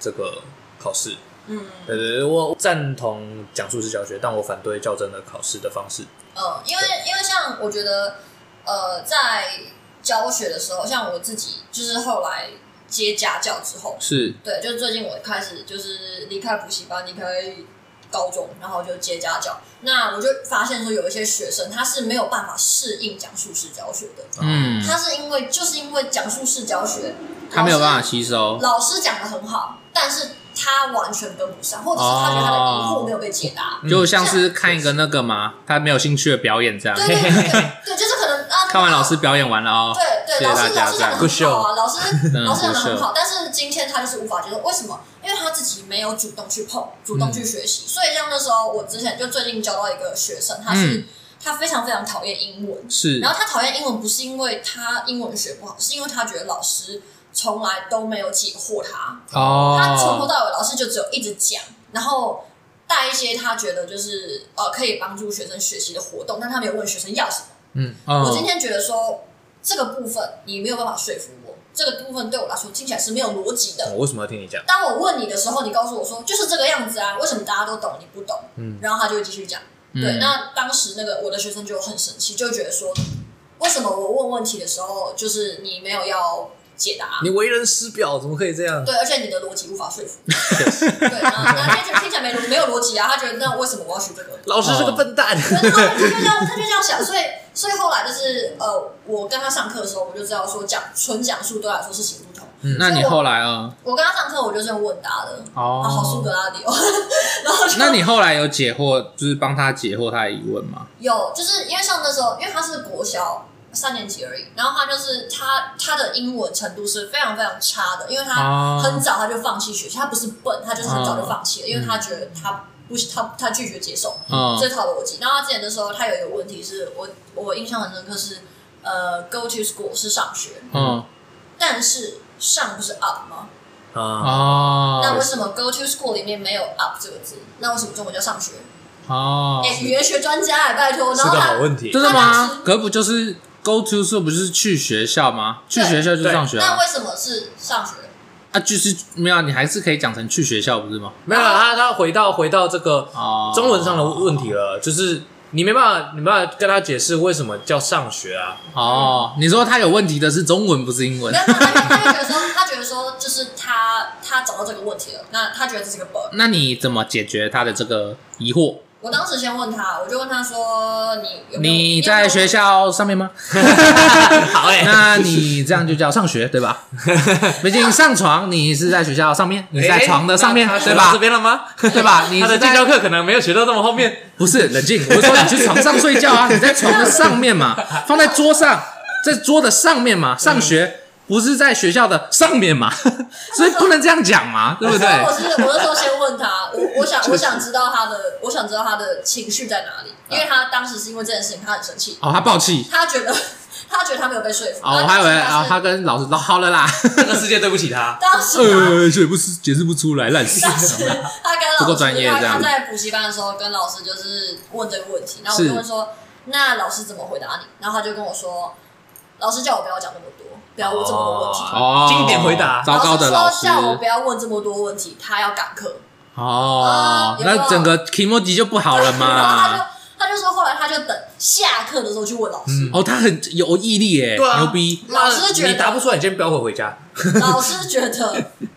B: 这个考试。
C: 嗯
B: 对对，对我赞同讲述式教学，但我反对较真的考试的方式。
C: 呃，因为因为像我觉得呃，在教学的时候，像我自己就是后来接家教之后，
A: 是
C: 对，就是最近我开始就是离开补习班，离开高中，然后就接家教。那我就发现说，有一些学生他是没有办法适应讲述式教学的，
A: 嗯，
C: 他是因为就是因为讲述式教学，
A: 他没有办法
C: 法。
A: 吸收。
C: 老师讲的很好，但是他完全跟不上，或者是他觉得他的疑惑没有被解答。
A: 就像是看一个那个嘛，他没有兴趣的表演这样， *laughs*
C: 对对对对，对，就是可能啊，
A: 看完老师表演完了哦，
C: 对对
A: 谢
C: 对，
A: 谢
C: 老
A: 大
C: 师
A: 家
C: 老师讲的
B: 这样
C: 很好啊，老师
A: 嗯
C: 老师讲的
A: 不
C: 很
A: 秀
C: 好，但是今天他就是无法接受，为什么？因为他自己没有主动去碰，主动去学
A: 嗯
C: 习，所以像那时候我之前就最近教到一个学生，他是、
A: 嗯
C: 他非常非常讨厌英文，
A: 是
C: 然后他讨厌英文不是因为他英文学不好，是因为他觉得老师从来都没有解惑他，他从头
A: 哦，
C: 到尾老师就只有一直讲，然后。带一些他觉得就是呃可以帮助学生学习的活动，但他没有问学生要什么。
B: 嗯，
C: 我今
A: 嗯，
C: 天觉得说这个部分你没有办法说服我，这个部分对我来说听起来是没有逻辑的。
B: 我为什么要听你讲？
C: 当我问你的时候，你告诉我说就是这个样子啊，为什么大家都懂你不懂？
B: 嗯
C: 然后他就会继续讲。对，那当时那个我的学生就很生气，就觉得说为什么我问问题的时候，就是你没有要解答？
B: 你为人师表，怎么可以这样？
C: 对，而且你的逻辑无法说服。对，然后那天就听起来没逻没有逻辑啊，他觉得那为什么我要学这个？
B: 老师是
A: 哦
B: 个
A: *laughs*
B: 笨蛋。
C: 对然后他就这样，他就这样想，所以所以后来就是呃，我跟他上课的时候，我就知道说讲纯讲述对他来说是行不通。
A: 那你后来啊，
C: 我跟他上课，我就是用问答的，啊，好苏
A: 哦，
C: 格拉底哦，然后就
A: 那你后来有解惑，就是帮他解惑他的疑问吗？
C: 有就是因为像那时候，因为他是国小三年级而已，然后他就是他他的英文程度是非常非常差的，因为他
A: 啊，
C: 很早他就放弃学习，他不是笨，他就是很早就放弃了，因为他觉得他不他他拒绝接受，
A: 嗯
C: 这套逻辑。然后他之前的时候，他有一个问题是我我印象很深刻是，呃，go to school 是上学，
A: 嗯
C: 但是上不是 up 吗？
B: 啊，
C: 那为
A: 哦
C: 什么 go to school 里面没有 up 这个字？那为什么中文叫上学？
A: 哦
C: 哎、，语言学专家哎、拜托。然
B: 是
C: 后
B: 个
C: 他
B: 好问题。
A: 真的
C: 那当
A: 吗
C: 时？
A: 可不就是 go to 是不是去学校吗？去
C: 对
A: 学校就是上学
C: 那
A: 啊，
C: 为什么是上学？
A: 啊，就是没有啊，你还是可以讲成去学校不是吗？
B: 没有啦，他他回到回到这个
A: 哦，
B: 中文上的问题了，就是你没办法，你没办法跟他解释为什么叫上学啊。
A: 哦，你说他有问题的是中文不是英文
C: 没？有，他他
A: *laughs*
C: 他就觉得说，他觉得说，就是他他找到这个问题了，那他觉得这是个 bug。
A: 那你怎么解决他的这个疑惑？
C: 我当时先问他，我就问他说，你有没有
A: 你在学？校上面吗？ *laughs*
B: 好哎、
A: 那你这样就叫上学对
B: *laughs*
A: 吧？毕竟上床你是在学校上面，你
B: 哎
A: 在床的上面
B: 那他学
A: 对
B: 到这
A: 吧？
B: 边了吗？
A: 对吧？你
B: *laughs* 他的
A: 是
B: 建
A: 在
B: 教课可能没有学到这么后
A: *laughs*
B: 面。
A: 不是冷静，我是说你去床上睡觉
B: *laughs*
A: 啊，你在床的上面嘛，放在桌上，在桌的上面
B: 嗯
A: 嘛，上学不是在学校的上面
B: *laughs*
A: 嘛，所以不能这样讲嘛，对
C: 有
A: 不
C: 没
A: 对
C: 有？我是我那时候先问他，我我想我想知道他的，我想知道他的情绪在哪里，因为他当时是因为这件事情他很生气，
A: 哦，他爆气。
C: 他觉得 *laughs* 他觉得他没有被说服。
A: 哦，我还
C: 他
A: 以
C: 当
A: 为
C: 时
A: 啊，
C: 他
A: 他
C: 是
A: 跟老师说好了啦，
B: 这个世界对不起他。
C: 当时他
A: 呃，解不是解释不出来，烂死。
C: *laughs* 当时他跟
A: 不
C: 老
A: 够
C: 师，
A: 专业
C: 他
A: 这样
C: 他在补习班的时候跟老师就是问这个问题，然后我
A: 是
C: 就问说，那老师怎么回答你？然后他就跟我说，老师叫我不要讲那么多，不要问这么多问题。
A: 哦，
B: 经典回答
A: 糟糕的
C: 老
A: 老师
C: 师说叫我不要问这么多问题，他要赶课。
A: 哦
C: 啊，有没有
A: 那整个 k i m o j i 就不好了
C: 然后 *laughs* 他就
A: 嘛。
C: 他就说，后来他就等下课的时候去问老师，
A: 哦，他很有毅力耶，
B: 对啊，
A: 牛逼。
B: 妈的
C: 老师觉得
B: 你答不出来，你先不要回回家。
C: *laughs* 老师觉得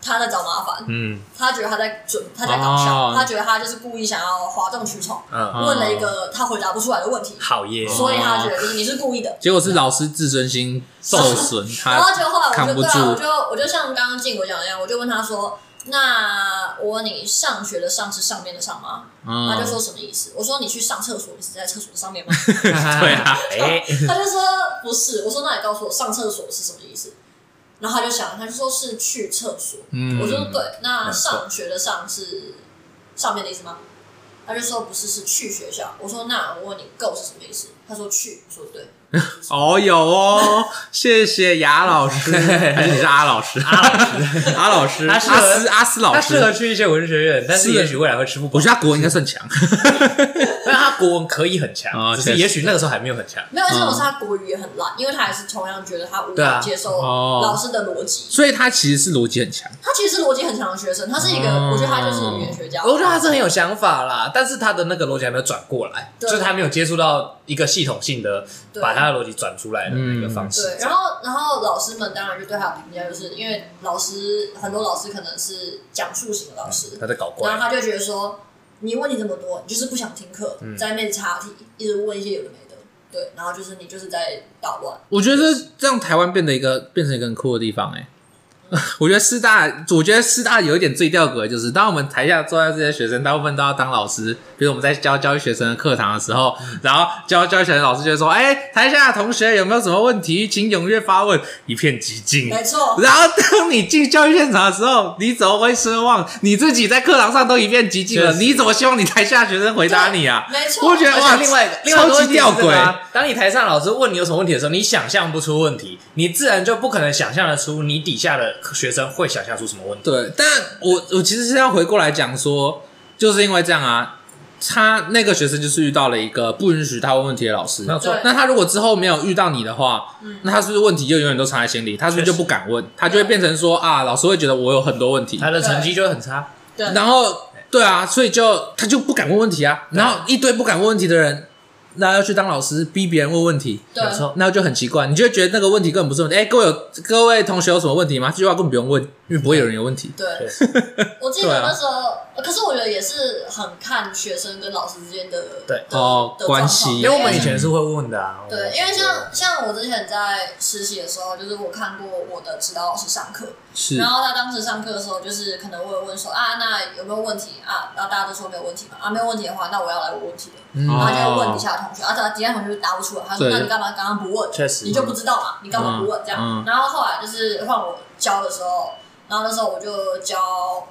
C: 他在找麻烦，
B: 嗯
C: 他觉得他在准他在搞笑，
A: 哦
C: 他觉得他就是故意想要哗众取宠，
B: 嗯，
C: 问了一个他回答不出来的问题，
B: 好耶，
C: 所以他觉
A: 哦
C: 得就是你是故意的。
A: 结果是老师自尊心受
C: *laughs*
A: 损，
C: 然后
A: 他
C: 就后来我
A: 扛
C: 就
A: 不
C: 对啊，我
A: 住
C: 就我就像刚刚静国讲的一样，我就问他说：“那我问你上学的上是上面的上吗？”他
A: *laughs*
C: 就
A: 嗯，
C: 说什么意思？我说你去上厕所，你是在厕所上面吗？ *laughs*
B: 对啊，哎，
C: 他就说不是。我说那你告诉我上厕所是什么意思？然后他就想，他就说是去厕所。
A: 嗯
C: 我说对，那
B: 没错
C: 上学的上是上面的意思吗？他就说不是，是去学校。我说那我问你 go 是什么意思？他说去。我说对。 *laughs*
A: 哦有哦，谢谢雅老师，
B: *laughs*
A: 还是你是阿老师？阿老师，阿
B: 他适合
A: 斯阿斯老
B: 他适合
A: 师，
B: 去一些文学院，但是
A: 是
B: 也许未来会吃不
A: 我
B: 饱。
A: 觉得他国文应该算强。
B: 但他国文可以很强，
A: 哦
B: 只
A: 确
B: 是
A: 实
B: 也许那个时候还没有很强。
C: 没有，这种是他国语也很烂，因为他还是同样觉得他无
B: 对啊
C: 法接受
A: 哦
C: 老师的逻辑。
A: 所以他其实是逻辑很强，
C: 他其实是逻辑很强的学生，他是一个，
A: 哦
C: 我觉得他就是语言学家。
B: 哦我觉得他是很有想法啦，但是他的那个逻辑还没有转过来，就
C: 对
B: 是他没有接触到一个系统性的
C: 对
B: 把他的逻辑转出来的那个方式
C: 对，。然后然后老师们当然就对他的评价，就是因为老师很多老师可能是讲述型的老师，
B: 他在搞
C: 然
B: 怪
C: 后，他就觉得说，你问题这么多，你就是不想听课，
B: 嗯
C: 在那边插题，一直问一些有的没的，对，然后就是你就是在捣乱。
B: 嗯
A: 我觉得这让台湾变得一个变成一个很酷的地方哎、 *laughs* 我觉得师大，我觉得师大有一点最吊诡，就是当我们台下坐在这些学生，大部分都要当老师，比如我们在教教育学生的课堂的时候，然后教教育学生的老师就会说：“哎、台下的同学有没有什么问题，请踊跃发问。”一片寂静。
C: 没错，
A: 然后当你进教育现场的时候，你怎么会奢望你自己在课堂上都一片寂静了？
B: 确实
A: 你怎么希望你台下学生回答你啊？
C: 没错，
A: 我觉得
B: 而
A: 哇
B: 且另外一个另外一
A: 超
B: 个
A: 级
B: 问题是
A: 吊
B: 这个
A: 诡
B: 啊。当你台上老师问你有什么问题的时候，你想象不出问题，你自然就不可能想象得出你底下的学生会想象出什么问题。
A: 对，但我我其实是要回过来讲说，就是因为这样啊，他那个学生就是遇到了一个不允许他问问题的老师
B: 没。有错
C: 对，
A: 那他如果之后没有遇到你的话，
C: 嗯
A: 那他是不是问题就永远都藏在心里？他是不是就不敢问？他就会变成说啊，老师会觉得我有很多问题，
B: 他的成绩就会很差。
C: 对，
A: 然后对啊，所以就他就不敢问问题啊。
B: 对
A: 然后一堆不敢问问题的人，那要去当老师逼别人问问题，
C: 对
B: 没错
A: 那就很奇怪。你就会觉得那个问题根本不是问题。哎，各位有各位同学有什么问题吗？这句话根本不用问，因为不会有人有问题。
C: 对，
B: 对
C: *laughs* 我记
A: 对
C: 得
A: 啊
C: 那时候，呃可是我觉得也是很看学生跟老师之间的
B: 对
C: 的
A: 哦
C: 的
A: 关系嗯
C: 状况
B: 因为我们以前是会问的啊。我
C: 对，
B: 们
C: 因为像像我之前在实习的时候，就是我看过我的指导老师上课，
A: 是
C: 然后他当时上课的时候，就是可能会问说啊，那有没有问题啊？然后大家都说没有问题嘛，啊，没有问题的话，那我要来问问题了。
A: 嗯
C: 然后就会问
B: 哦
C: 底下的同学，啊，底下同学就答不出来，他说
A: 对
C: 那你干嘛刚刚不问？
B: 确实
C: 你就不知道嘛，你干嘛不问
A: 嗯
C: 这样
A: 嗯？
C: 然后后来就是换我教的时候，然后那时候我就教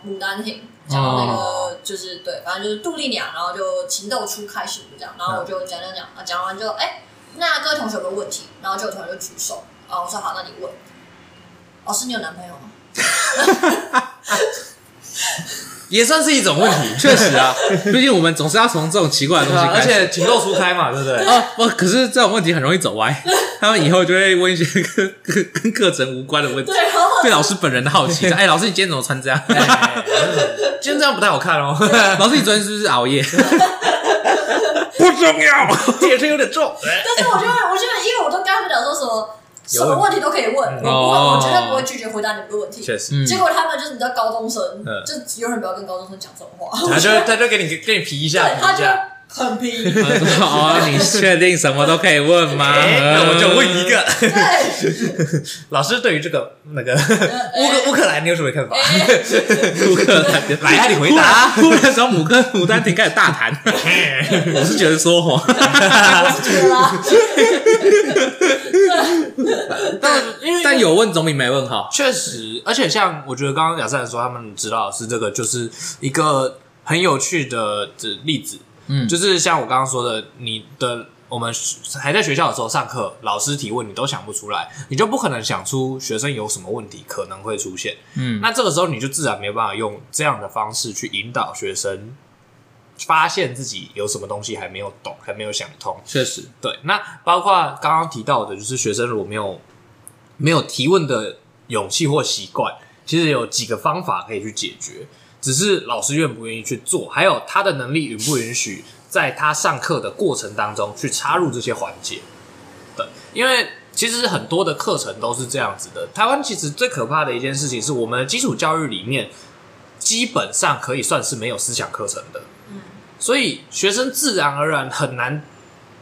C: 牡丹亭，教那
B: 哦
C: 个就是对，反正就是杜丽娘，然后就情窦初开始这样，然后我就讲讲讲，啊，讲完就哎，那各位同学有没有问题？然后就有同学就举手，然后我说哦好，那你问。老师，你有男朋友
A: 嗯
C: 吗？
B: 也算是一种问 *laughs* 题，
A: 确实啊，毕竟我们总是要从这种奇怪的
B: 对
A: 东西
B: 啊，*laughs*
A: 开
B: 而
A: 始。
B: 且情窦初开嘛，对不对？
A: 哦，不，可是这种问题很容易走
B: *laughs*
A: 歪，他们以后就会问一些跟 *laughs* 跟跟课程无关的问题
C: 对，，然后
A: 对老师本人的好
B: *laughs*
A: 奇。哎，老师你今天怎么穿这样？
B: 哎今天这样不太好看哦，
A: 老师你昨天是不是熬
B: *laughs*
A: 夜？不重要。
B: 也是有点重。
C: 但是我觉得，我觉得，因为我都跟他们讲说什么，什么问题都可以问，我不会，
A: 哦
C: 我绝对不会拒绝回答你们的问题。
B: 确实，
A: 嗯
C: 结果他们就是你知道高中生
B: 嗯，
C: 就永远不要跟高中生讲这种话。
B: 他就他就给你给你皮一下，
C: 对，
B: 皮
C: 他
B: 一
C: 就
B: 下。
C: 很皮。
A: 哦，你确定什么都可以问吗？
B: *laughs* 哎，那我就问一个，
C: *laughs*
B: *laughs*
C: 对，
B: 老师对于这个那
C: *laughs*
B: 个
C: 呃
B: 乌克乌克兰，你有什么看法？
C: 哎
A: 五个，
B: 来啊，你回答。
A: 突然从母 *laughs* 跟牡丹亭开始大谈，
B: *laughs*
A: 我是觉得说哦谎。
C: 我是觉得啊，
B: 但因为
A: 但有问总比没问好。
B: 确实，而且像我觉得刚刚雅善说，他们指导老师这个就是一个很有趣的这例子，
A: 嗯
B: 就是像我刚刚说的，你的我们还在学校的时候上课，老师提问你都想不出来，你就不可能想出学生有什么问题可能会出现。
A: 嗯
B: 那这个时候你就自然没有办法用这样的方式去引导学生发现自己有什么东西还没有懂，还没有想通。
A: 确实，
B: 对，那包括刚刚提到的，就是学生如果没有没有提问的勇气或习惯，其实有几个方法可以去解决，只是老师愿不愿意去做，还有他的能力允不允许在他上课的过程当中去插入这些环节。对，因为其实很多的课程都是这样子的。台湾其实最可怕的一件事情是我们的基础教育里面基本上可以算是没有思想课程的。
C: 嗯
B: 所以学生自然而然很难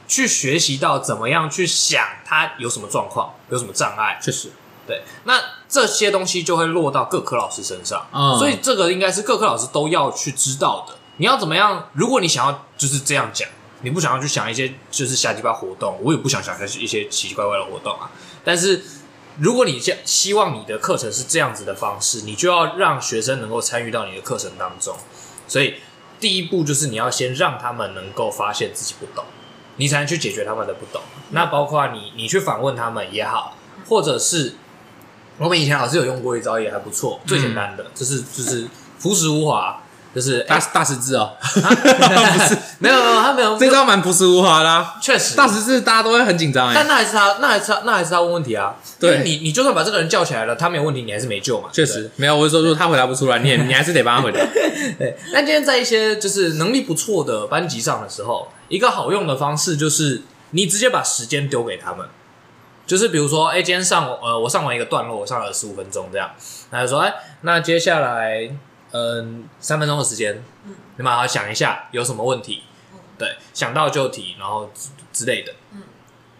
B: 去学习到怎么样去想他有什么状况，有什么障碍。
A: 确实，
B: 对，那这些东西就会落到各科老师身上，
A: 嗯
B: 所以这个应该是各科老师都要去知道的。你要怎么样？如果你想要就是这样讲，你不想要去想一些就是瞎鸡巴活动，我也不想想一些奇奇怪怪的活动啊。但是如果你这样希望你的课程是这样子的方式，你就要让学生能够参与到你的课程当中。所以第一步就是你要先让他们能够发现自己不懂，你才能去解决他们的不懂。
A: 嗯
B: 那包括你你去访问他们也好，或者是我们以前老师有用过一招也还不
A: 嗯
B: 错，最简单的、就是就是朴实无华，就是
A: 大
B: 哎、
A: 大十字哦， *laughs*
B: *laughs* 不是没有没有他没有，
A: 这招蛮朴实无华啦。
B: 确实
A: 大十字大家都会很紧张哎
B: 但，那还是他，那还是他，那还是他问问题啊。
A: 对
B: 因为你你就算把这个人叫起来了，他没有问题，你还是没救嘛。
A: 确实没有。我是说，如果他回答不出来，你也
B: *laughs*
A: 你还是得帮他回答。
B: 对不对。那今天在一些就是能力不错的班级上的时候，一个好用的方式就是你直接把时间丢给他们，就是比如说，哎、今天上呃，我上完一个段落，我上了十五分钟这样，那就说，哎、那接下来嗯、三分钟的时间，
C: 嗯
B: 你们好好想一下有什么问题，
C: 嗯
B: 对，想到就提，然后之之类的。
C: 嗯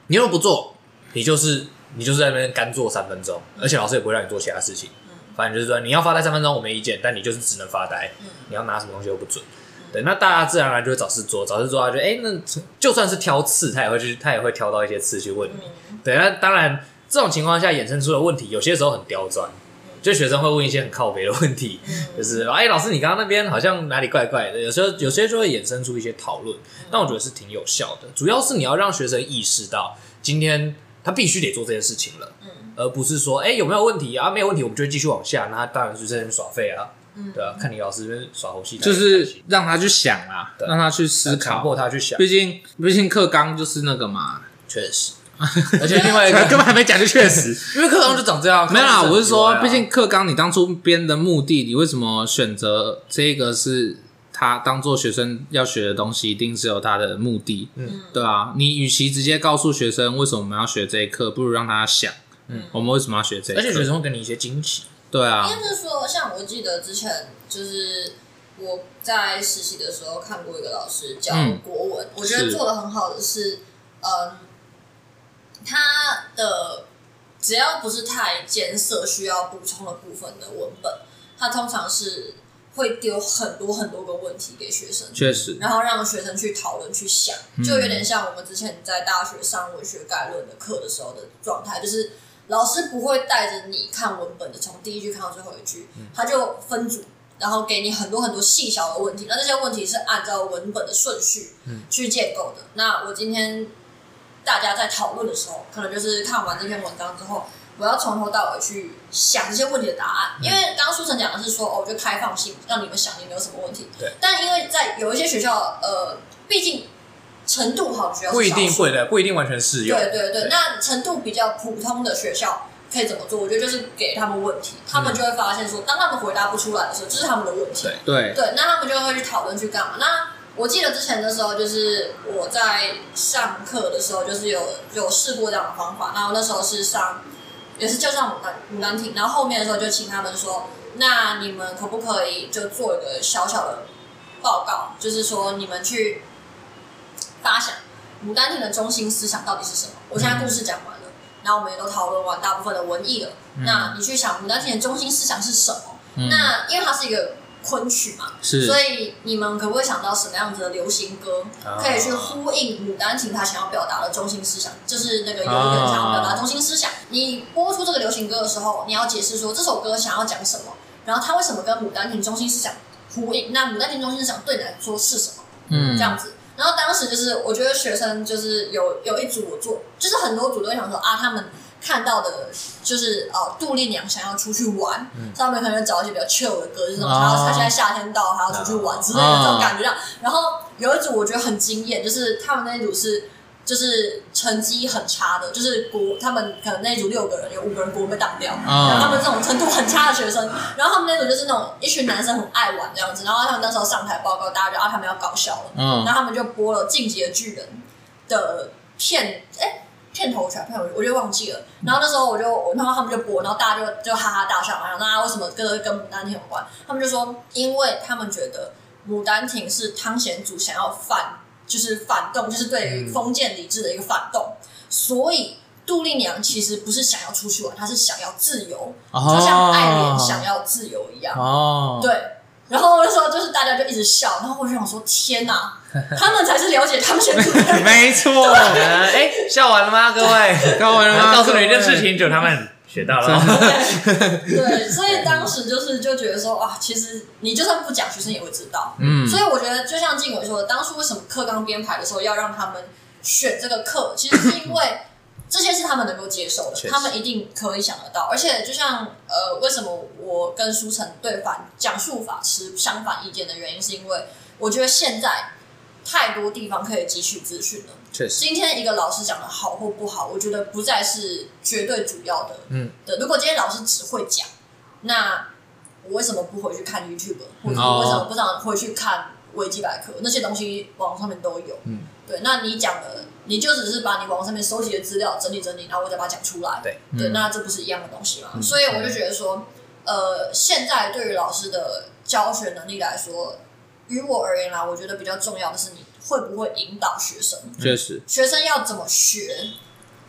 B: 你如果不做，你就是你就是在那边干坐三分钟，而且老师也不会让你做其他事情。
C: 嗯
B: 反正就是说你要发呆三分钟我没意见，但你就是只能发呆，
C: 嗯
B: 你要拿什么东西都不准。对，那大家自然而然就会找事做，找事做他就哎、诶那就算是挑刺，他也会去，他也会挑到一些刺去问你。
C: 嗯
B: 对，那当然这种情况下衍生出的问题，有些时候很刁钻，就学生会问一些很靠北的问题，
C: 嗯
B: *laughs* 就是哎、老师你刚刚那边好像哪里怪怪的，有时候有些就会衍生出一些讨论，但我觉得是挺有效的，主要是你要让学生意识到今天他必须得做这件事情了。
C: 嗯
B: 而不是说，哎、有没有问题啊？没有问题，我们就会继续往下。那他当然就是在那边耍废啊，
C: 嗯，
B: 对啊，看你老师在那边耍猴戏，
A: 就
B: 他也很开
A: 是
B: 心
A: 让他去想啊，
B: 对
A: 让他去
B: 呃
A: 思
B: 强
A: 考。
B: 迫他去想，
A: 毕竟，毕竟课纲就是那个嘛，
B: 确
A: *laughs*
B: 实。而且另外一个，
A: 根本还没讲就确实
B: 因为课堂就长这样，
A: 没有啦。
B: 课堂
A: 我
B: 就是
A: 说，
B: 长这样啊
A: 毕竟课纲你当初编的目的，你为什么选择这个是他当做学生要学的东西，一定是有他的目的。
B: 嗯，
A: 对啊，你与其直接告诉学生为什么我们要学这一课，不如让他想，嗯，我们为什么要学这一课？
B: 而且学生会给你一些惊喜，
A: 对啊
C: 应，该是说，像我记得之前就是呃我在实习的时候看过一个老师教
A: 嗯
C: 国文，我觉得
A: 是
C: 做的很好的是，嗯，他的呃只要不是太艰涩需要补充的部分的文本，他通常是会丢很多很多个问题给学生，
A: 确实，
C: 然后让学生去讨论、去想，就有点像我们之前在大学上文学概论的课的时候的状态，就是老师不会带着你看文本的，从第一句看到最后一句，他就分组，然后给你很多很多细小的问题，那这些问题是按照文本的顺序去建构的。那我今天大家在讨论的时候，可能就是看完这篇文章之后。我要从头到尾去想这些问题的答
B: 嗯
C: 案，因为刚刚书成讲的是说，哦，我就开放性让你们想你们有什么问题，但因为在有一些学校，呃，毕竟程度好的哦学校是
B: 不一定
C: 少数
B: 会的，不一定完全适用。
C: 对对对
B: 对，
C: 那程度比较普通的学校可以怎么做？我觉得就是给他们问题，他们就会发现说，当他们回答不出来的时候，这、是他们的问题。
B: 嗯
A: 对，
B: 对
C: 对，那他们就会去讨论去干嘛？那我记得之前的时候，就是我在上课的时候，就是有有试过这样的方法。然后那时候是上，也是就上牡丹牡丹亭，然后后面的时候就请他们说，那你们可不可以就做一个小小的报告，就是说你们去发想牡丹亭的中心思想到底是什么？我现在故事讲完了，然后我们也都讨论完大部分的文艺了。那你去想牡丹亭的中心思想是什么？
A: 嗯，
C: 那因为它是一个昆曲嘛，
A: 是
C: 所以你们可不可以想到什么样子的流行歌，
B: 啊
C: 可以去呼应《牡丹亭》它想要表达的中心思想，就是那个有一个人想要表达中心思想。你播出这个流行歌的时候，你要解释说这首歌想要讲什么，然后它为什么跟《牡丹亭》中心思想呼应？那《牡丹亭》中心思想对你来说是什么？
A: 嗯
C: 这样子。然后当时就是，我觉得学生就是有有一组我做，就是很多组都会想说啊，他们看到的就是哦，杜丽娘想要出去玩，所以他们可能找一些比较 chill 的歌，就是那种她
A: 嗯哦
C: 她现在夏天到，还要出去玩之类的
A: 哦
C: 这种感觉这样。然后有一组我觉得很惊艳，就是他们那一组是。就是成绩很差的，就是国他们可能那一组六个人有五个人国文被挡掉，
A: 哦
C: 然后他们这种程度很差的学生，然后他们那种就是那种一群男生很爱玩这样子，然后他们那时候上台报告，大家就啊他们要搞笑了，
A: 嗯
C: 然后他们就播了《进击的巨人》的片，哎、片头曲啊，片头曲，我就忘记了。然后那时候我就，然后他们就播，然后大家就就哈哈大笑，然后那为什么跟跟牡丹亭有关？他们就说，因为他们觉得牡丹亭是汤显祖想要反，就是反动，就是对于封建礼制的一个反动，所以。杜丽娘其实不是想要出去玩，她是想要自由，
A: 哦
C: 就像爱莲想要自由一样。
A: 哦，
C: 对，然后那时候就是大家就一直笑，然后我就想说天哪，他们才是了解汤显祖的人。
A: 没错，
B: 呃哎、笑完了吗，各位？ *laughs*
A: 高文
B: 我
A: 吗？
B: 告诉你一件事情，就他们学到了。哦
C: 对，所以当时就是就觉得说哇，其实你就算不讲，学生也会知道。
A: 嗯
C: 所以我觉得就像静伟说的，当初为什么课纲编排的时候要让他们选这个课，其实是因为这些是他们能够接受
B: 确
C: 的，
B: 实
C: 他们一定可以想得到。而且就像呃，为什么我跟舒晨对反讲述法持相反意见的原因，是因为我觉得现在太多地方可以汲取资讯了。
B: 确实，
C: 今天一个老师讲的好或不好，我觉得不再是绝对主要的。
B: 嗯，
C: 对。如果今天老师只会讲，那我为什么不回去看 YouTube，或者
B: 嗯
A: 哦
C: 我为什么不想回去看维基百科？那些东西网上面都有。
B: 嗯，
C: 对。那你讲的，你就只是把你网上面收集的资料整理整理，然后我再把它讲出来。
B: 对，嗯
C: 对，
A: 嗯
C: 那这不是一样的东西吗？所以我就觉得说，呃，现在对于老师的教学能力来说，于我而言啦，我觉得比较重要的是你会不会引导学生。
A: 嗯确实，
C: 学生要怎么学，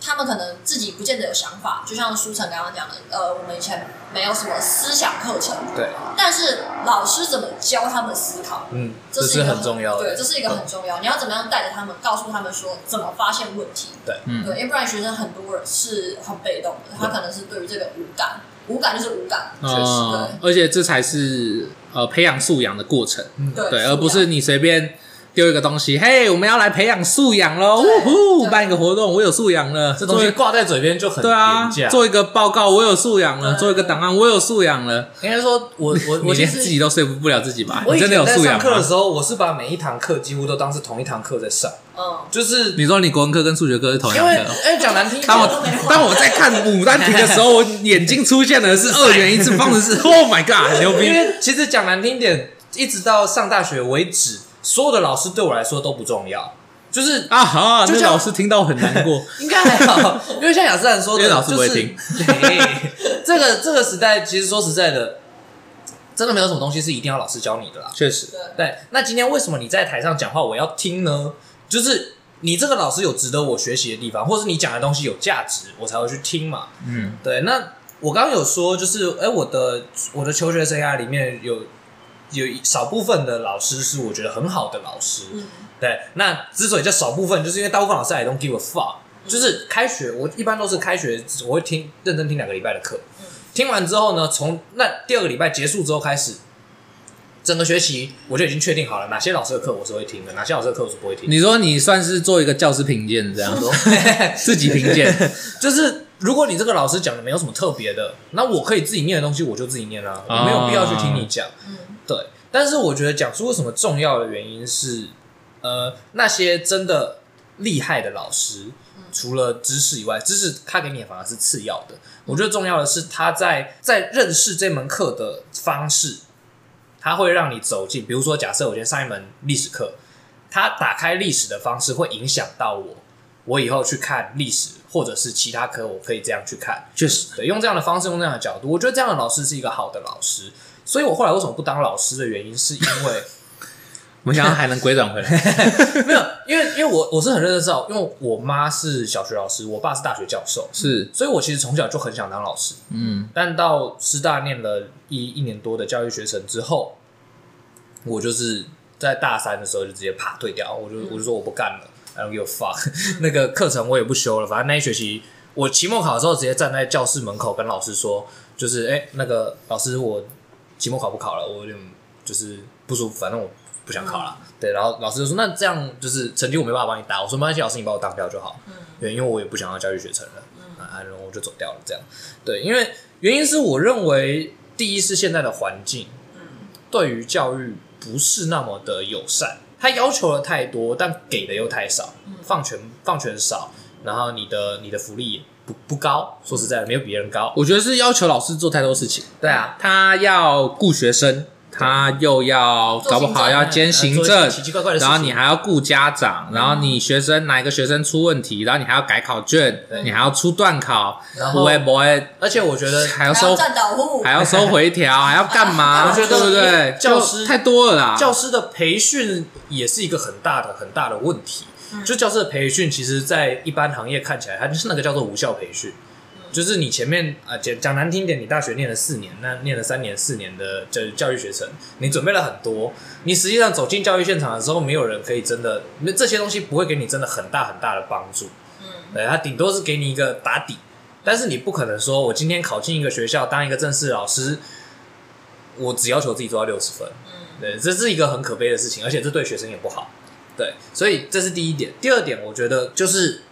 C: 他们可能自己不见得有想法，就像舒晨刚刚讲的，呃，我们以前没有什么思想课程，
A: *laughs* 对，
C: 但是老师怎么教他们思考，
B: 嗯，
C: 这
B: 是
C: 一个
B: 很重要的，
C: 对，这是一个很重要。你要怎么样带着他们，告诉他们说怎么发现问题，
B: 对
A: 嗯
C: 对，要不然学生很多人是很被动的，他可能是对于这个无感，无感就是无感，确实
A: 嗯，而且这才是呃培养素养的过程，
C: 对
A: 对，
B: 啊
C: 素
A: 而不是
C: 养
A: 你随便丢一个东西，嘿，我们要来培养素养喽，
C: 对
A: 呜呼，
C: 对
A: 办一个活动，我有素养了，
B: 这东
A: 做
B: 西
A: 一
B: 挂在嘴边就很
A: 对啊
B: 廉价。，
A: 做一个报告，我有素养了，
C: 对
A: 做一个档案，我有素养了，
B: 应该说我，我我
A: *laughs* 你
B: 其
A: 连
B: 实
A: 自己都说服不了自己吧？
B: 我
A: 你
B: 以
A: 真
B: 前
A: 的有
B: 在
A: 素
B: 上
A: 养
B: 课的
A: 吗？
B: 时候，我是把每一堂课几乎都当是同一堂课在上，
C: 嗯，
B: 就是
A: 你说你国文课跟数学课是同
B: 因
A: 样
B: 为
A: 的哦？
B: 哎讲难听一点
A: 当我
C: 都没有
A: 当我在看《牡丹亭》的时候，我眼睛出现的是二元一次方程
B: *laughs*
A: 式。Oh my god，牛
B: 因
A: 逼！
B: 为其实讲难听点，一直到上大学为止，所有的老师对我来说都不重要，就是
A: 啊哈，
B: 就
A: 那
B: 像
A: 老师听到很难
B: *laughs*
A: 过。
B: 应该还好，
A: *laughs*
B: 因为像雅思兰说的，
A: 因为老师不会
B: 就是
A: 听。
B: 嘿 *laughs* 这个这个时代，其实说实在的，真的没有什么东西是一定要老师教你的啦。
A: 确实，
C: 对，
B: 对，那今天为什么你在台上讲话我要听呢？就是你这个老师有值得我学习的地方，或是你讲的东西有价值，我才会去听嘛。
A: 嗯，
B: 对，那我刚刚有说，就是哎，我的我的求学生涯里面有有一少部分的老师是我觉得很好的老师，
C: 嗯，
B: 对，那之所以叫少部分，就是因为大部分老师 I don't give a fuck，就是开学我一般都是开学我会听认真听两个礼拜的课，
C: 嗯
B: 听完之后呢，从那第二个礼拜结束之后开始，整个学期我就已经确定好了哪些老师的课我是会听的，哪些老师的课我是不会听的。
A: *laughs* 你说你算是做一个教师评鉴这样， *laughs* 自己评鉴。
B: 就是如果你这个老师讲的没有什么特别的，那我可以自己念的东西我就自己念啦、
A: 啊
B: 我没有必要去听你讲。
C: 嗯，
B: 对，但是我觉得讲出为什么重要的原因是，呃，那些真的厉害的老师，
A: 嗯
B: 除了知识以外，知识他给你的反而是次要的。我觉得重要的是他在在认识这门课的方式，他会让你走进。比如说，假设我今天上一门历史课，他打开历史的方式会影响到我，我以后去看历史或者是其他科，我可以这样去看。
A: 确实，
B: 对，用这样的方式，用这样的角度，我觉得这样的老师是一个好的老师。所以我后来为什么不当老师的原因，是因为 *laughs*
A: 没想到还能归转回来。
B: 没有，因为因为我我是很认真知道，因为我妈是小学老师，我爸是大学教
A: *laughs*
B: 授，
A: 是，
B: 所以我其实从小就很想当老师。
A: 嗯，
B: 但到师大念了一一年多的教育学程之后，我就是在大三的时候就直接啪退掉，我就我就说我不干了，I don't give a fuck，那 *laughs* 个课程我也不修了，反正那一学期我期末考的时候直接站在教室门口跟老师说，就是哎、那个老师我期末考不考了，我有点就是不舒服，反正我不想考了。对，然后老师就说：“那这样就是成绩我没办法帮你打。”我说：“没关系，老师你把我当掉就好。”对，因为我也不想要教育学程了，啊，然后我就走掉了。这样，对，因为原因是我认为，第一是现在的环境，
C: 嗯
B: 对于教育不是那么的友善，它要求的太多，但给的又太少，放权放权少，然后你的你的福利也不不高，说实在的，没有别人高。
A: 我觉得是要求老师做太多事情，
B: 对啊，
A: 他要顾学生，他又要
C: 做
A: 搞不好
C: 行政
A: 要啊
B: 呃
A: 兼行政，
B: 奇奇怪怪的事
A: 然
B: 情，
A: 后你还要顾家长，然后你学生哪一个学生出问题，然后你还要改考卷，你还要出段考，
B: 然
A: 不
B: 后
A: 会不会
B: 而且我觉得
A: 还要
C: 还
A: 收
C: 要站导护，
A: 还要收回条，还要干嘛？
C: 我
A: 对
C: 觉得
A: 不对？
B: 教
A: 就
B: 师
A: 太多了啦，
B: 教师的培训也是一个很大的很大的问题。就教师的培训，其实，在一般行业看起来，它就是那个叫做无效培训，就是你前面啊讲讲难听点，你大学念了四年，那念了三年四年的教教育学程，你准备了很多，你实际上走进教育现场的时候，没有人可以真的，那这些东西不会给你真的很大很大的帮助。
C: 嗯，
B: 对，他顶多是给你一个打底，但是你不可能说我今天考进一个学校当一个正式老师，我只要求自己做到六十分，
C: 嗯，
B: 对，这是一个很可悲的事情，而且这对学生也不好，对，所以这是第一点。第二点，我觉得就是